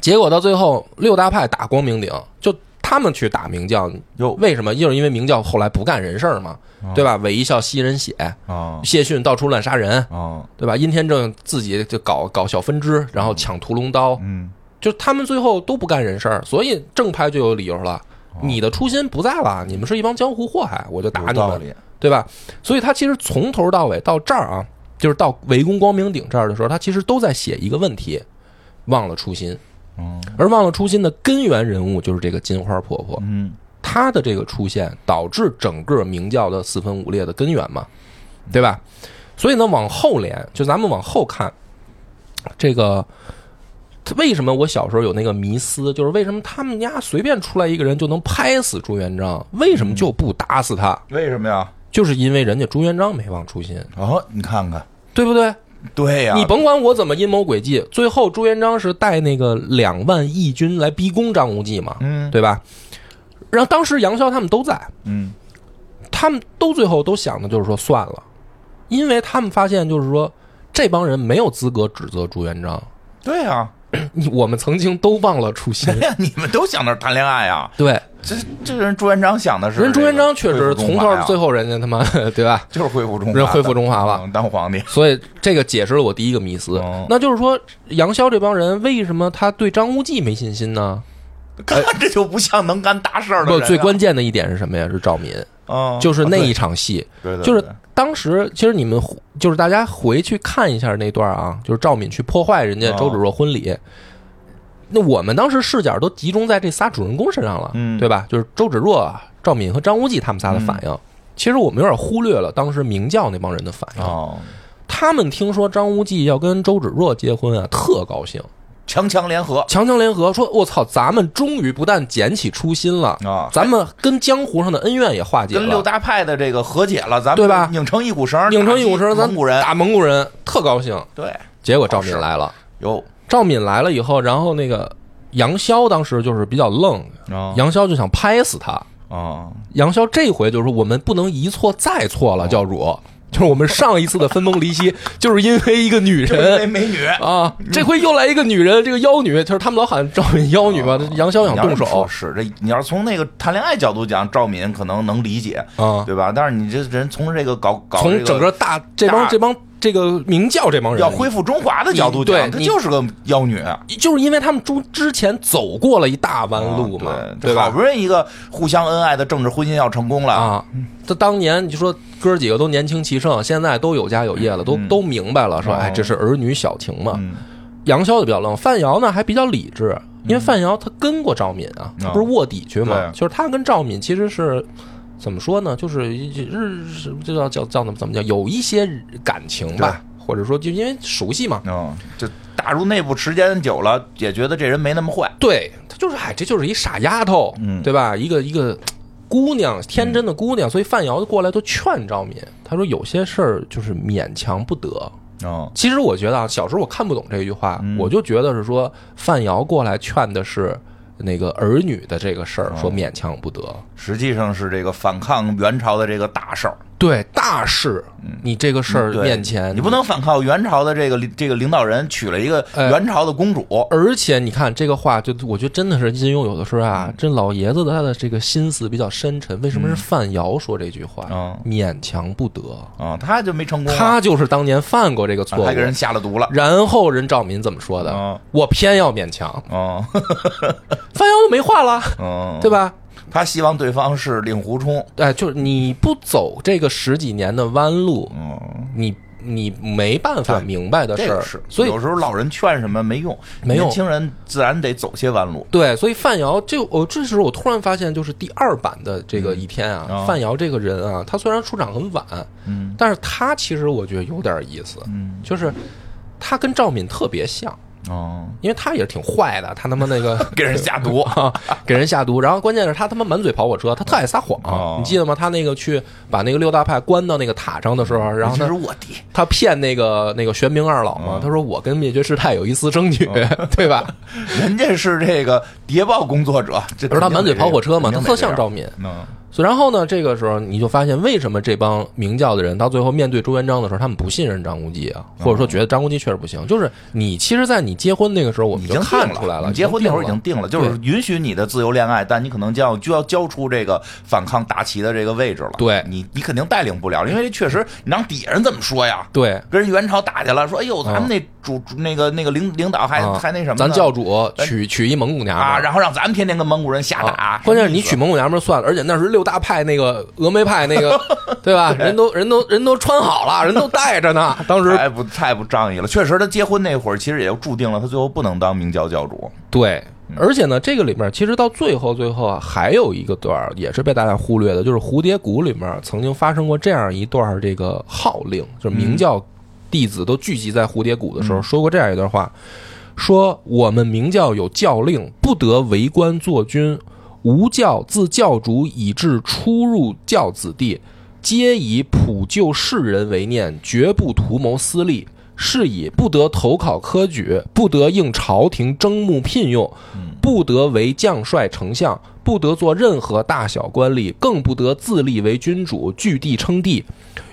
Speaker 1: 结果到最后，六大派打光明顶，就他们去打明教，
Speaker 2: 哟，
Speaker 1: 为什么？就是因为明教后来不干人事儿嘛，
Speaker 2: 哦
Speaker 1: 对吧？韦一笑吸人血，
Speaker 2: 啊，
Speaker 1: 谢逊到处乱杀人，
Speaker 2: 哦，
Speaker 1: 对吧？殷天正自己就搞搞小分支，然后抢屠龙刀，
Speaker 2: 嗯，
Speaker 1: 就他们最后都不干人事儿，所以正派就有理由了。
Speaker 2: 哦
Speaker 1: 你的初心不在了，你们是一帮江湖祸害，我就打
Speaker 2: 有
Speaker 1: 你
Speaker 2: 道
Speaker 1: 们。
Speaker 2: 理，
Speaker 1: 对吧？所以他其实从头到尾到这儿啊，就是到围攻光明顶这儿的时候，他其实都在写一个问题，忘了初心。
Speaker 2: 嗯
Speaker 1: 而忘了初心的根源人物就是这个金花婆婆，
Speaker 2: 嗯，
Speaker 1: 她的这个出现导致整个明教的四分五裂的根源嘛，对吧？所以呢，往后连，就咱们往后看，这个为什么我小时候有那个迷思，就是为什么他们家随便出来一个人就能拍死朱元璋，为什么就不打死他？
Speaker 2: 为什么呀？
Speaker 1: 就是因为人家朱元璋没忘初心，
Speaker 2: 哦，你看看，
Speaker 1: 对不对？
Speaker 2: 对呀、
Speaker 1: 你甭管我怎么阴谋诡计，最后朱元璋是带那个两万义军来逼宫张无忌嘛，
Speaker 2: 嗯
Speaker 1: 对吧？然后当时杨逍他们都在，
Speaker 2: 嗯
Speaker 1: 他们都最后都想的就是说算了，因为他们发现就是说这帮人没有资格指责朱元璋，
Speaker 2: 对呀、
Speaker 1: 你我们曾经都忘了初 心
Speaker 2: 对。呀，你们都想那儿谈恋爱啊？
Speaker 1: 对，
Speaker 2: 这这人朱元璋想的是这个，啊
Speaker 1: 人朱元璋确实
Speaker 2: 恢复中
Speaker 1: 从
Speaker 2: 华
Speaker 1: 头
Speaker 2: 呀
Speaker 1: 最后人家他妈对吧？
Speaker 2: 就是恢复中华的，
Speaker 1: 人恢复中华了
Speaker 2: 嗯当皇帝。
Speaker 1: 所以这个解释了我第一个迷思
Speaker 2: 哦，
Speaker 1: 那就是说杨逍这帮人为什么他对张无忌没信心呢？
Speaker 2: 看 这就不像能干大事儿的
Speaker 1: 呃不
Speaker 2: 人，啊。
Speaker 1: 最关键的一点是什么呀？是赵敏，
Speaker 2: 嗯，
Speaker 1: 就是那一
Speaker 2: 啊，
Speaker 1: 场戏，
Speaker 2: 对对对
Speaker 1: 就是
Speaker 2: 对
Speaker 1: 当时其实你们回就是大家回去看一下那段啊，就是赵敏去破坏人
Speaker 2: 哦
Speaker 1: 家周芷若婚礼。那我们当时视角都集中在这仨主人公身上了，
Speaker 2: 嗯
Speaker 1: 对吧？就是周芷若、赵敏和张无忌他们仨的反应。其实我们有点忽略了当时明教那帮人的反应。
Speaker 2: 哦，
Speaker 1: 他们听说张无忌要跟周芷若结婚啊，特高兴，
Speaker 2: 强强联合
Speaker 1: 强强联合，说：“我操，咱们终于不但捡起初心了，
Speaker 2: 啊，
Speaker 1: 咱们跟江湖上的恩怨也化解了，
Speaker 2: 跟六大派的这个和解了，咱们
Speaker 1: 对吧
Speaker 2: 拧成一股绳儿，
Speaker 1: 拧成一股绳，
Speaker 2: 打击
Speaker 1: 咱
Speaker 2: 蒙古人
Speaker 1: 打蒙古人，特高兴。
Speaker 2: 对，
Speaker 1: 结果赵敏来了，
Speaker 2: 有
Speaker 1: 赵敏来了以后，然后那个杨逍当时就是比较愣，
Speaker 2: 啊
Speaker 1: 杨逍就想拍死他。
Speaker 2: 啊，
Speaker 1: 杨逍这回就是说我们不能一错再错
Speaker 2: 哦
Speaker 1: 了，教主，就是我们上一次的分崩离析， 就是因为一个女
Speaker 2: 就是因为
Speaker 1: 人。
Speaker 2: 美女
Speaker 1: 啊！这回又来一个女人，这个妖女，就是他们老喊赵敏妖女
Speaker 2: 哦
Speaker 1: 嘛。杨逍想动手
Speaker 2: 是这，你要是从那个谈恋爱角度讲，赵敏可能能理解，
Speaker 1: 啊，
Speaker 2: 对吧？但是你这人从这个搞搞这
Speaker 1: 从整个大这帮
Speaker 2: 大
Speaker 1: 这帮这个明教这帮人
Speaker 2: 要恢复中华的角度
Speaker 1: 对
Speaker 2: 讲，她
Speaker 1: 你
Speaker 2: 就是个妖女，啊
Speaker 1: 就是因为他们之之前走过了一大弯路嘛，
Speaker 2: 啊
Speaker 1: 对
Speaker 2: 对
Speaker 1: 吧
Speaker 2: 好不？容易一个互相恩爱的政治婚姻要成功了，
Speaker 1: 啊，这当年你说哥几个都年轻气盛，现在都有家有业了，都、都明白了，说
Speaker 2: 哦
Speaker 1: 哎，这是儿女小情嘛。
Speaker 2: 嗯
Speaker 1: 杨逍就比较愣，范瑶呢还比较理智，因为范瑶她跟过赵敏啊，她不是卧底去嘛，
Speaker 2: 对
Speaker 1: 就是她跟赵敏其实是。怎么说呢？就是日是这叫叫叫怎么怎么叫，有一些感情吧，或者说就因为熟悉嘛，
Speaker 2: 嗯，就打入内部时间久了，也觉得这人没那么坏。
Speaker 1: 对，她就是哎，这就是一傻丫头，
Speaker 2: 嗯
Speaker 1: 对吧？一个一个姑娘，天真的姑娘，所以范瑶过来就劝赵敏，她说有些事儿就是勉强不得。
Speaker 2: 哦，
Speaker 1: 其实我觉得啊，小时候我看不懂这句话，
Speaker 2: 嗯
Speaker 1: 我就觉得是说范瑶过来劝的是那个儿女的这个事
Speaker 2: 哦
Speaker 1: 儿，说勉强不得。
Speaker 2: 实际上是这个反抗元朝的这个大事儿。
Speaker 1: 对大事，你这个事儿
Speaker 2: 嗯对
Speaker 1: 面前，
Speaker 2: 你不能反抗元朝的这个这个领导人娶了一个
Speaker 1: 哎
Speaker 2: 元朝的公主。
Speaker 1: 而且你看这个话，就我觉得真的是金庸有的时候
Speaker 2: 嗯
Speaker 1: 啊，这老爷子他的这个心思比较深沉。为什么是范瑶说这句话？
Speaker 2: 嗯
Speaker 1: 勉强不得，
Speaker 2: 啊、他就没成功啊、
Speaker 1: 他就是当年犯过这个错误。
Speaker 2: 他啊给人下了毒了。
Speaker 1: 然后人赵敏怎么说的？
Speaker 2: 嗯
Speaker 1: 我偏要勉强，
Speaker 2: 哦，
Speaker 1: 范瑶就没话了，
Speaker 2: 嗯，
Speaker 1: 对吧？
Speaker 2: 他希望对方是令狐冲。
Speaker 1: 哎，就是你不走这个十几年的弯路，
Speaker 2: 嗯，
Speaker 1: 你你没办法明白的
Speaker 2: 这
Speaker 1: 事儿
Speaker 2: 个是，，
Speaker 1: 所以
Speaker 2: 有时候老人劝什么没用，
Speaker 1: 没用
Speaker 2: 年轻人自然得走些弯路。
Speaker 1: 对，所以范瑶这我这时候我突然发现，就是第二版的这个倚天啊，
Speaker 2: 啊
Speaker 1: 范瑶这个人啊，他虽然出场很晚，啊
Speaker 2: 嗯，
Speaker 1: 但是他其实我觉得有点意思，
Speaker 2: 嗯，
Speaker 1: 就是他跟赵敏特别像，
Speaker 2: 哦，
Speaker 1: 因为他也是挺坏的，他他妈那个
Speaker 2: 给人下毒
Speaker 1: 啊，给人下毒，然后关键是他他妈满嘴跑火车，他特爱撒谎，
Speaker 2: 哦
Speaker 1: 你记得吗？他那个去把那个六大派关到那个塔上的时候， 然后
Speaker 2: 这
Speaker 1: 他
Speaker 2: 嗯是嗯卧底。
Speaker 1: 他骗那个那个玄冥二老嘛，他说我跟灭绝师太有一丝争取，
Speaker 2: 嗯
Speaker 1: 对吧？
Speaker 2: 人家是这个谍报工作者，这
Speaker 1: 而他满嘴跑火车嘛，他
Speaker 2: 肯定
Speaker 1: 特
Speaker 2: 得这
Speaker 1: 像
Speaker 2: 样
Speaker 1: 赵敏。
Speaker 2: 嗯
Speaker 1: 所以然后呢，这个时候你就发现为什么这帮明教的人到最后面对朱元璋的时候，他们不信任张无忌啊，或者
Speaker 2: 哦
Speaker 1: 说觉得张无忌确实不行。就是你其实，在你结婚那个时候，我们
Speaker 2: 已
Speaker 1: 就
Speaker 2: 经
Speaker 1: 看出来
Speaker 2: 了，
Speaker 1: 了，
Speaker 2: 你结婚那会儿已
Speaker 1: 定
Speaker 2: 经
Speaker 1: 了
Speaker 2: 定了，就是允许你的自由恋爱，但你可能就要就要交出这个反抗大旗的这个位置了。
Speaker 1: 对
Speaker 2: 你你肯定带领不了，因为这确实你让底下人怎么说呀？
Speaker 1: 对。
Speaker 2: 跟人元朝打去了，说哎呦，咱
Speaker 1: 啊
Speaker 2: 们那主主那个那个领领导还
Speaker 1: 啊
Speaker 2: 还那什么呢，
Speaker 1: 咱教主娶娶一蒙古娘们
Speaker 2: 啊，
Speaker 1: 儿
Speaker 2: 然后让咱们天天跟蒙古人瞎打
Speaker 1: 啊，关键是你
Speaker 2: 什
Speaker 1: 娶
Speaker 2: 么
Speaker 1: 蒙古娘们儿算了，而且那是六大派那个峨眉派那 个，对吧？人都人都人都穿好了，人都带着呢。当
Speaker 2: 意思
Speaker 1: 时
Speaker 2: 太不太不仗义了。确实，他结婚那会儿其实也就注定了他最后不能当明教教主。
Speaker 1: 对，而且呢，这个里面其实到最后最后啊，还有一个段儿也是被大家忽略的，就是蝴蝶谷里面曾经发生过这样一段儿这个号令，就是明教弟子都聚集在蝴蝶谷的时候、说过这样一段话，说我们明教有教令，不得为官做君，吾教自教主以至出入教子弟，皆以普救世人为念，绝不图谋私利。是以不得投考科举，不得应朝廷征募聘用，不得为将帅丞相，不得做任何大小官吏，更不得自立为君主，据地称帝。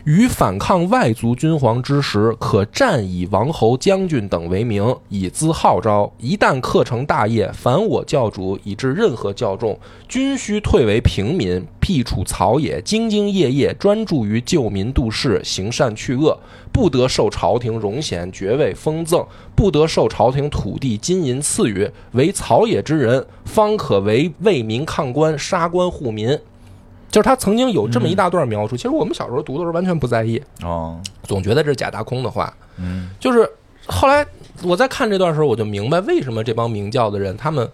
Speaker 1: 于反抗外族君皇之时，可战以王侯、将军等为名，以资号召。一旦克成大业，反我教主以至任何教众，均须退为平民，辟除草野，兢兢业业，专注于救民度世，行善去恶，不得受朝廷荣衔、爵位、封赠，不得受朝廷土地、金银赐予。为草野之人，方可为为民抗官、杀官护民。就是他曾经有这
Speaker 2: 嗯
Speaker 1: 么一大段描述，其实我们小时候读的时候完全不在意，
Speaker 2: 哦，
Speaker 1: 总觉得这是假大空的话。
Speaker 2: 嗯，
Speaker 1: 就是后来我在看这段时候，我就明白为什么这帮明教的人，他们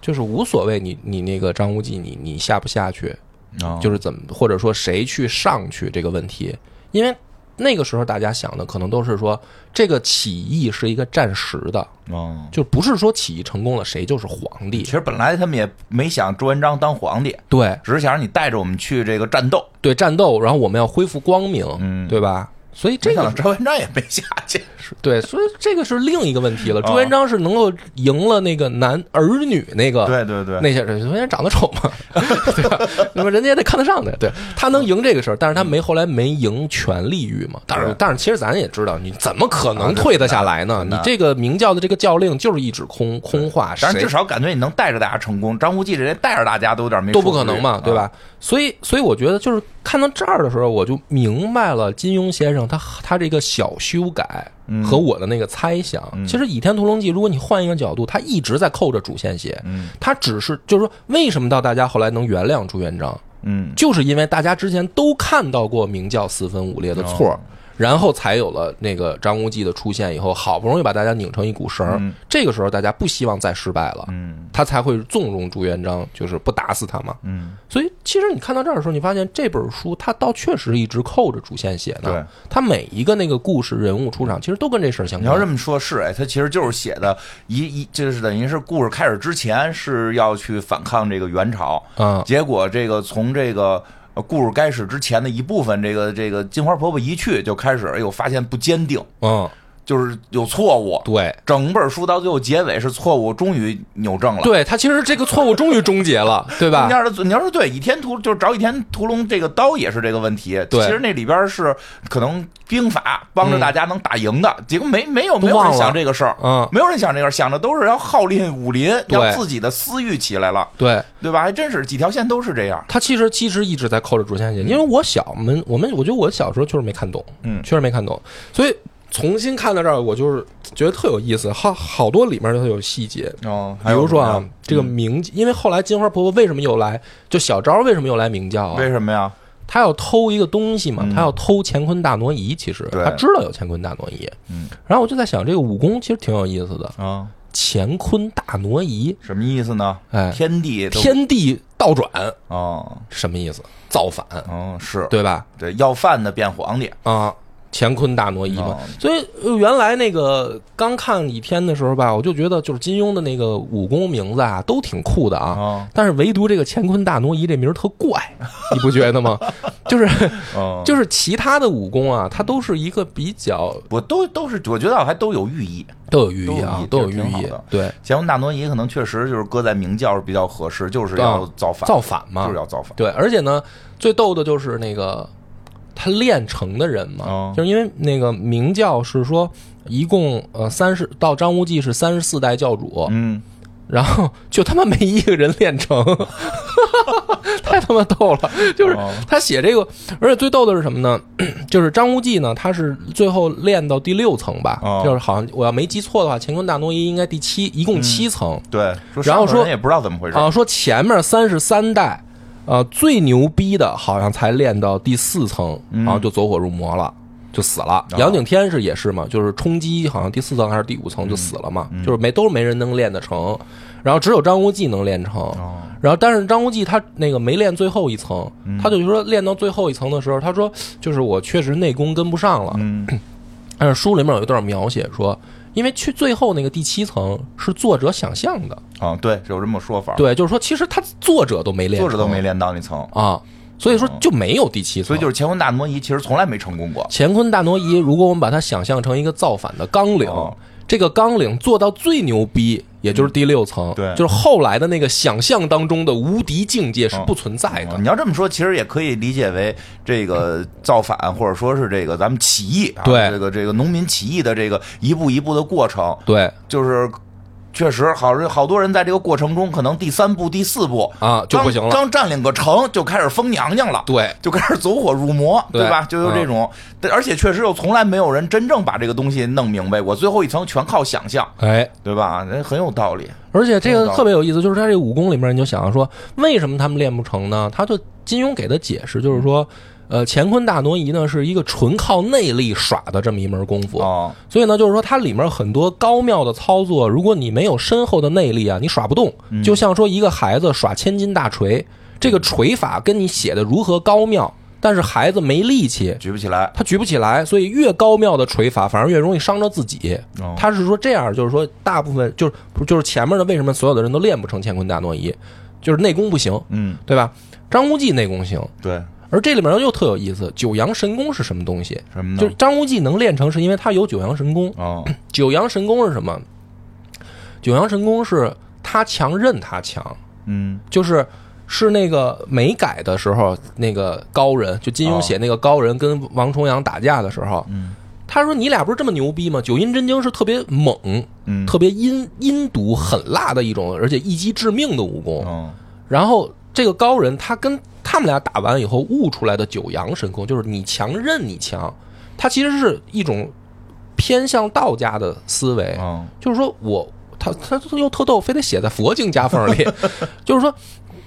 Speaker 1: 就是无所谓你你那个张无忌你你下不下去，
Speaker 2: 哦
Speaker 1: 就是怎么或者说谁去上去这个问题，因为那个时候大家想的可能都是说这个起义是一个暂时的，
Speaker 2: 哦，
Speaker 1: 就不是说起义成功了谁就是皇帝
Speaker 2: 其。实本来他们也没想朱元璋当皇帝，
Speaker 1: 对
Speaker 2: 只是想让你带着我们去这个战斗。
Speaker 1: 对，战斗，然后我们要恢复光明，
Speaker 2: 嗯
Speaker 1: 对吧？所以这
Speaker 2: 没
Speaker 1: 个
Speaker 2: 想到朱元璋也没下去。
Speaker 1: 对，所以这个是另一个问题了。
Speaker 2: 啊
Speaker 1: 朱元璋是能够赢了那个男儿女那个
Speaker 2: 对对对，
Speaker 1: 那些人，人家长得丑 嘛，对吧？那么人家也得看得上的，对
Speaker 2: 嗯
Speaker 1: 他能赢这个事儿，但是他没后来没赢权力欲嘛。但是
Speaker 2: 对啊
Speaker 1: 但是其实咱也知道，你怎么可能退得下来呢？
Speaker 2: 很
Speaker 1: 你
Speaker 2: 难
Speaker 1: 这个明教的这个教令就是一纸空空话，
Speaker 2: 但是
Speaker 1: 谁
Speaker 2: 至少感觉你能带着大家成功。张无忌这人带着大家都有点没啊
Speaker 1: 都
Speaker 2: 说
Speaker 1: 不可
Speaker 2: 服力
Speaker 1: 能嘛，对？吧？所以，所以我觉得就是看到这儿的时候，我就明白了金庸先生他他这个小修改
Speaker 2: 嗯
Speaker 1: 和我的那个猜想。其实《倚天屠龙记》，如果你换一个角度，他一直在扣着主线写，
Speaker 2: 嗯
Speaker 1: 他只是就是说，为什么到大家后来能原谅朱元璋，
Speaker 2: 嗯，
Speaker 1: 就是因为大家之前都看到过明教四分五裂
Speaker 2: 哦
Speaker 1: 的错儿。然后才有了那个张无忌的出现，以后好不容易把大家拧成一股绳儿。
Speaker 2: 嗯
Speaker 1: 这个时候，大家不希望再失败了，
Speaker 2: 嗯
Speaker 1: 他才会纵容朱元璋，就是不打死他嘛。
Speaker 2: 嗯，
Speaker 1: 所以，其实你看到这儿的时候，你发现这本书它倒确实一直扣着主线写
Speaker 2: 对
Speaker 1: 的。它每一个那个故事人物出场，其实都跟这事儿相
Speaker 2: 你要这
Speaker 1: 关。
Speaker 2: 么说，是哎，他其实就是写的一一，就是等于是故事开始之前是要去反抗这个元朝，
Speaker 1: 啊，
Speaker 2: 结果这个从这个。呃故事开始之前的一部分，这个这个金花婆婆一去就开始，哎呦，发现不坚定，
Speaker 1: 嗯，
Speaker 2: 就是有错误。
Speaker 1: 对，
Speaker 2: 整本书到最后结尾是错误，终于扭正了。
Speaker 1: 对，它其实这个错误终于终结了，对
Speaker 2: 中
Speaker 1: 吧？
Speaker 2: 间的你要说对《倚天屠》就是找《倚天屠龙》这个刀也是这个问题。
Speaker 1: 对嗯
Speaker 2: 其实那里边是可能兵法帮着大家能打赢的，结果没没有没有
Speaker 1: 忘
Speaker 2: 人
Speaker 1: 了
Speaker 2: 想这个事儿，
Speaker 1: 嗯，
Speaker 2: 没有人想这个事儿，想的都是要号令武林，
Speaker 1: 对
Speaker 2: 要自己的私欲起来了，
Speaker 1: 对，
Speaker 2: 对吧？还真是几条线都是这样。
Speaker 1: 它其实其实一直在扣着主线写。因为我小我们我们，我觉得我小时候确实没看懂，
Speaker 2: 嗯
Speaker 1: 确实没看懂，所以重新看到这儿，我就是觉得特有意思，好好多里面都有细节。
Speaker 2: 哦，
Speaker 1: 比如说啊，这个明，因为后来金花婆婆为什么又来，就小昭为什么又来明教啊？
Speaker 2: 为什么呀？
Speaker 1: 他要偷一个东西嘛
Speaker 2: 嗯，
Speaker 1: 他要偷乾坤大挪移。其实
Speaker 2: 对
Speaker 1: 他知道有乾坤大挪移，
Speaker 2: 嗯，
Speaker 1: 然后我就在想，这个武功其实挺有意思的，
Speaker 2: 啊，
Speaker 1: 乾坤大挪移，
Speaker 2: 什么意思呢？
Speaker 1: 哎，
Speaker 2: 天地都
Speaker 1: 天地倒转
Speaker 2: 哦
Speaker 1: 什么意思？造反，
Speaker 2: 哦是
Speaker 1: 对吧？
Speaker 2: 对要饭的变皇帝
Speaker 1: 啊，乾坤大挪移嘛
Speaker 2: 哦。
Speaker 1: 所以呃原来那个刚看《倚天》的时候吧，我就觉得就是金庸的那个武功名字啊，都挺酷的啊。
Speaker 2: 哦
Speaker 1: 但是唯独这个乾坤大挪移这名儿特 怪，你不觉得吗？就是
Speaker 2: 哦
Speaker 1: 就是其他的武功啊，它都是一个比较
Speaker 2: 我都都是我觉得还都有寓意。
Speaker 1: 都有寓意啊，
Speaker 2: 都
Speaker 1: 都有
Speaker 2: 有寓
Speaker 1: 寓
Speaker 2: 意这挺
Speaker 1: 意
Speaker 2: 好的。
Speaker 1: 对，
Speaker 2: 乾坤大挪移可能确实就是搁在明教是比较合适，就是要造反，
Speaker 1: 啊造反啊嘛
Speaker 2: 就是，要造反。
Speaker 1: 对。而且呢，最逗的就是那个他练成的人
Speaker 2: 哦
Speaker 1: 嘛，就是因为那个明教是说一共呃三十到张无忌是三十四代教主，
Speaker 2: 嗯，
Speaker 1: 然后就他妈没一个人练 成，太他妈逗了。就是
Speaker 2: 哦
Speaker 1: 他写这个，而且最逗的是什么呢？ 就是张无忌呢，他是最后练到第六层吧
Speaker 2: 哦，嗯
Speaker 1: 就是好像我要没记错的话，乾坤大挪移应该第七，一共七层。
Speaker 2: 对。说
Speaker 1: 然后
Speaker 2: 上头人
Speaker 1: 说
Speaker 2: 也不知道怎么回事，
Speaker 1: 啊，说前面三十三代，呃，最牛逼的好像才练到第四层，
Speaker 2: 嗯
Speaker 1: 然后就走火入魔了。就死了。
Speaker 2: 哦
Speaker 1: 杨景天是也是嘛，就是冲击好像第四层还是第五层就
Speaker 2: 嗯
Speaker 1: 死了嘛，就是没都没人能练得成，然后只有张无忌能练成。
Speaker 2: 哦
Speaker 1: 然后但是张无忌他那个没练最后一层，
Speaker 2: 嗯
Speaker 1: 他就说练到最后一层的时候，他说就是我确实内功跟不上了。
Speaker 2: 嗯
Speaker 1: 但是书里面有一段描写说，因为去最后那个第七层是作者想象的，
Speaker 2: 啊，对，是有这么说法。
Speaker 1: 对，就是说，其实他作者都没练，嗯
Speaker 2: 作者都没。练到那层，
Speaker 1: 啊。所以说就没有第七层。
Speaker 2: 哦所以就是乾坤大挪移其实从来没成功过。
Speaker 1: 乾坤大挪移，如果我们把它想象成一个造反的纲领，
Speaker 2: 哦嗯
Speaker 1: 这个纲领做到最牛逼，也就是第六层，
Speaker 2: 对
Speaker 1: 就是后来的那个想象当中的无敌境界是不存在的。
Speaker 2: 嗯你要这么说，其实也可以理解为这个造反，或者说是这个咱们起义啊，
Speaker 1: 对
Speaker 2: 这个这个农民起义的这个一步一步的过程，
Speaker 1: 对
Speaker 2: 就是确实好人好多人在这个过程中，可能第三步、第四步
Speaker 1: 啊就不行了
Speaker 2: 刚刚占领个城就开始疯娘娘了，
Speaker 1: 对，
Speaker 2: 就开始走火入魔，
Speaker 1: 对嗯
Speaker 2: 吧？就有这种，对而且确实又从来没有人真正把这个东西弄明白过，最后一层全靠想象，
Speaker 1: 哎，
Speaker 2: 对吧？人很有道理，
Speaker 1: 而且这
Speaker 2: 有
Speaker 1: 个
Speaker 2: 道理
Speaker 1: 特别有意思，就是他这武功里面，你就想啊说，为什么他们练不成呢？他就金庸给的解释就是说，呃，乾坤大挪移呢是一个纯靠内力耍的这么一门功夫，
Speaker 2: 哦，
Speaker 1: 所以呢，就是说它里面很多高妙的操作，如果你没有深厚的内力啊，你耍不动。就像说一个孩子耍千斤大锤，这个锤法跟你写的如何高妙，但是孩子没力气。
Speaker 2: 举不起来，
Speaker 1: 他举不起来，所以越高妙的锤法反而越容易伤着自己
Speaker 2: 哦。
Speaker 1: 他是说这样，就是说大部分就是不就是前面的为什么所有的人都练不成乾坤大挪移，就是内功不行，
Speaker 2: 嗯，
Speaker 1: 对吧？张无忌内功行，
Speaker 2: 对，
Speaker 1: 而这里面又特有意思，九阳神功是什么东西？
Speaker 2: 什么呢？
Speaker 1: 就是张无忌能练成，是因为他有九阳神功。
Speaker 2: 哦，
Speaker 1: 九阳神功是什么？九阳神功是他强任他强，
Speaker 2: 嗯，
Speaker 1: 就是是那个美改的时候，那个高人，就金庸写那个高人跟王重阳打架的时候，
Speaker 2: 嗯
Speaker 1: 他说你俩不是这么牛逼吗？九阴真经是特别猛、
Speaker 2: 嗯，
Speaker 1: 特别阴阴毒、狠辣的一种，而且一击致命的武功。
Speaker 2: 嗯，
Speaker 1: 然后这个高人他跟他们俩打完以后悟出来的九阳神功，就是你强任你强，它其实是一种偏向道家的思维。
Speaker 2: 嗯，
Speaker 1: 就是说我他他又特逗，非得写在佛经夹缝里，就是说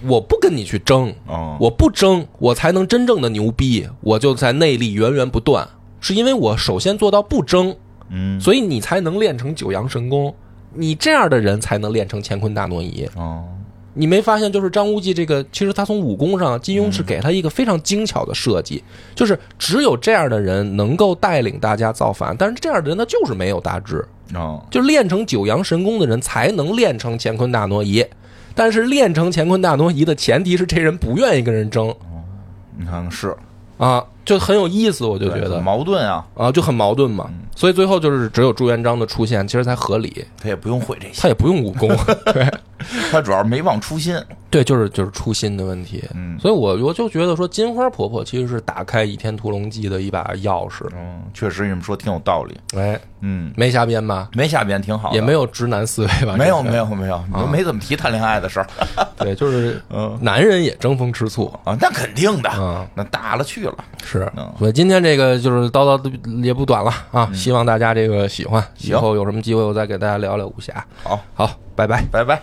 Speaker 1: 我不跟你去争，
Speaker 2: 哦，
Speaker 1: 我不争，我才能真正的牛逼，我就在内力源源不断，是因为我首先做到不争，
Speaker 2: 嗯，
Speaker 1: 所以你才能练成九阳神功，你这样的人才能练成乾坤大挪移。
Speaker 2: 哦，
Speaker 1: 你没发现，就是张无忌这个，其实他从武功上，金庸是给他一个非常精巧的设计，就是只有这样的人能够带领大家造反，但是这样的人他就是没有大志，
Speaker 2: 哦，
Speaker 1: 就练成九阳神功的人才能练成乾坤大挪移，但是练成乾坤大挪移的前提是这人不愿意跟人争
Speaker 2: 你看看是，
Speaker 1: 啊，就很有意思，我就觉
Speaker 2: 对很
Speaker 1: 得
Speaker 2: 矛盾啊，
Speaker 1: 啊就很矛盾嘛，所以最后就是只有朱元璋的出现其实才合理，
Speaker 2: 他也不用会这些，
Speaker 1: 他也不用武 功，对。
Speaker 2: 他主要是没忘初心，
Speaker 1: 对，就是就是初心的问题。
Speaker 2: 嗯
Speaker 1: 所以我我就觉得说，金花婆婆其实是打开《倚天屠龙记》的一把钥匙。
Speaker 2: 嗯，确实你们说挺有道理，
Speaker 1: 哎，
Speaker 2: 嗯，
Speaker 1: 没瞎编吧？
Speaker 2: 没下边挺好的，
Speaker 1: 也没有直男思维吧？
Speaker 2: 没有
Speaker 1: 这是啊
Speaker 2: 没有没有，你们没怎么提谈恋爱的事儿
Speaker 1: 对，就是
Speaker 2: 嗯
Speaker 1: 男人也争风吃醋。
Speaker 2: 啊，那肯定
Speaker 1: 嗯
Speaker 2: 的，那大了去了，
Speaker 1: 是
Speaker 2: 嗯，
Speaker 1: 所以今天这个就是叨叨也不短了啊，希望大家这个喜欢，以
Speaker 2: 行
Speaker 1: 后有什么机会我再给大家聊聊武侠。
Speaker 2: 好，
Speaker 1: 好，拜拜。
Speaker 2: 拜拜。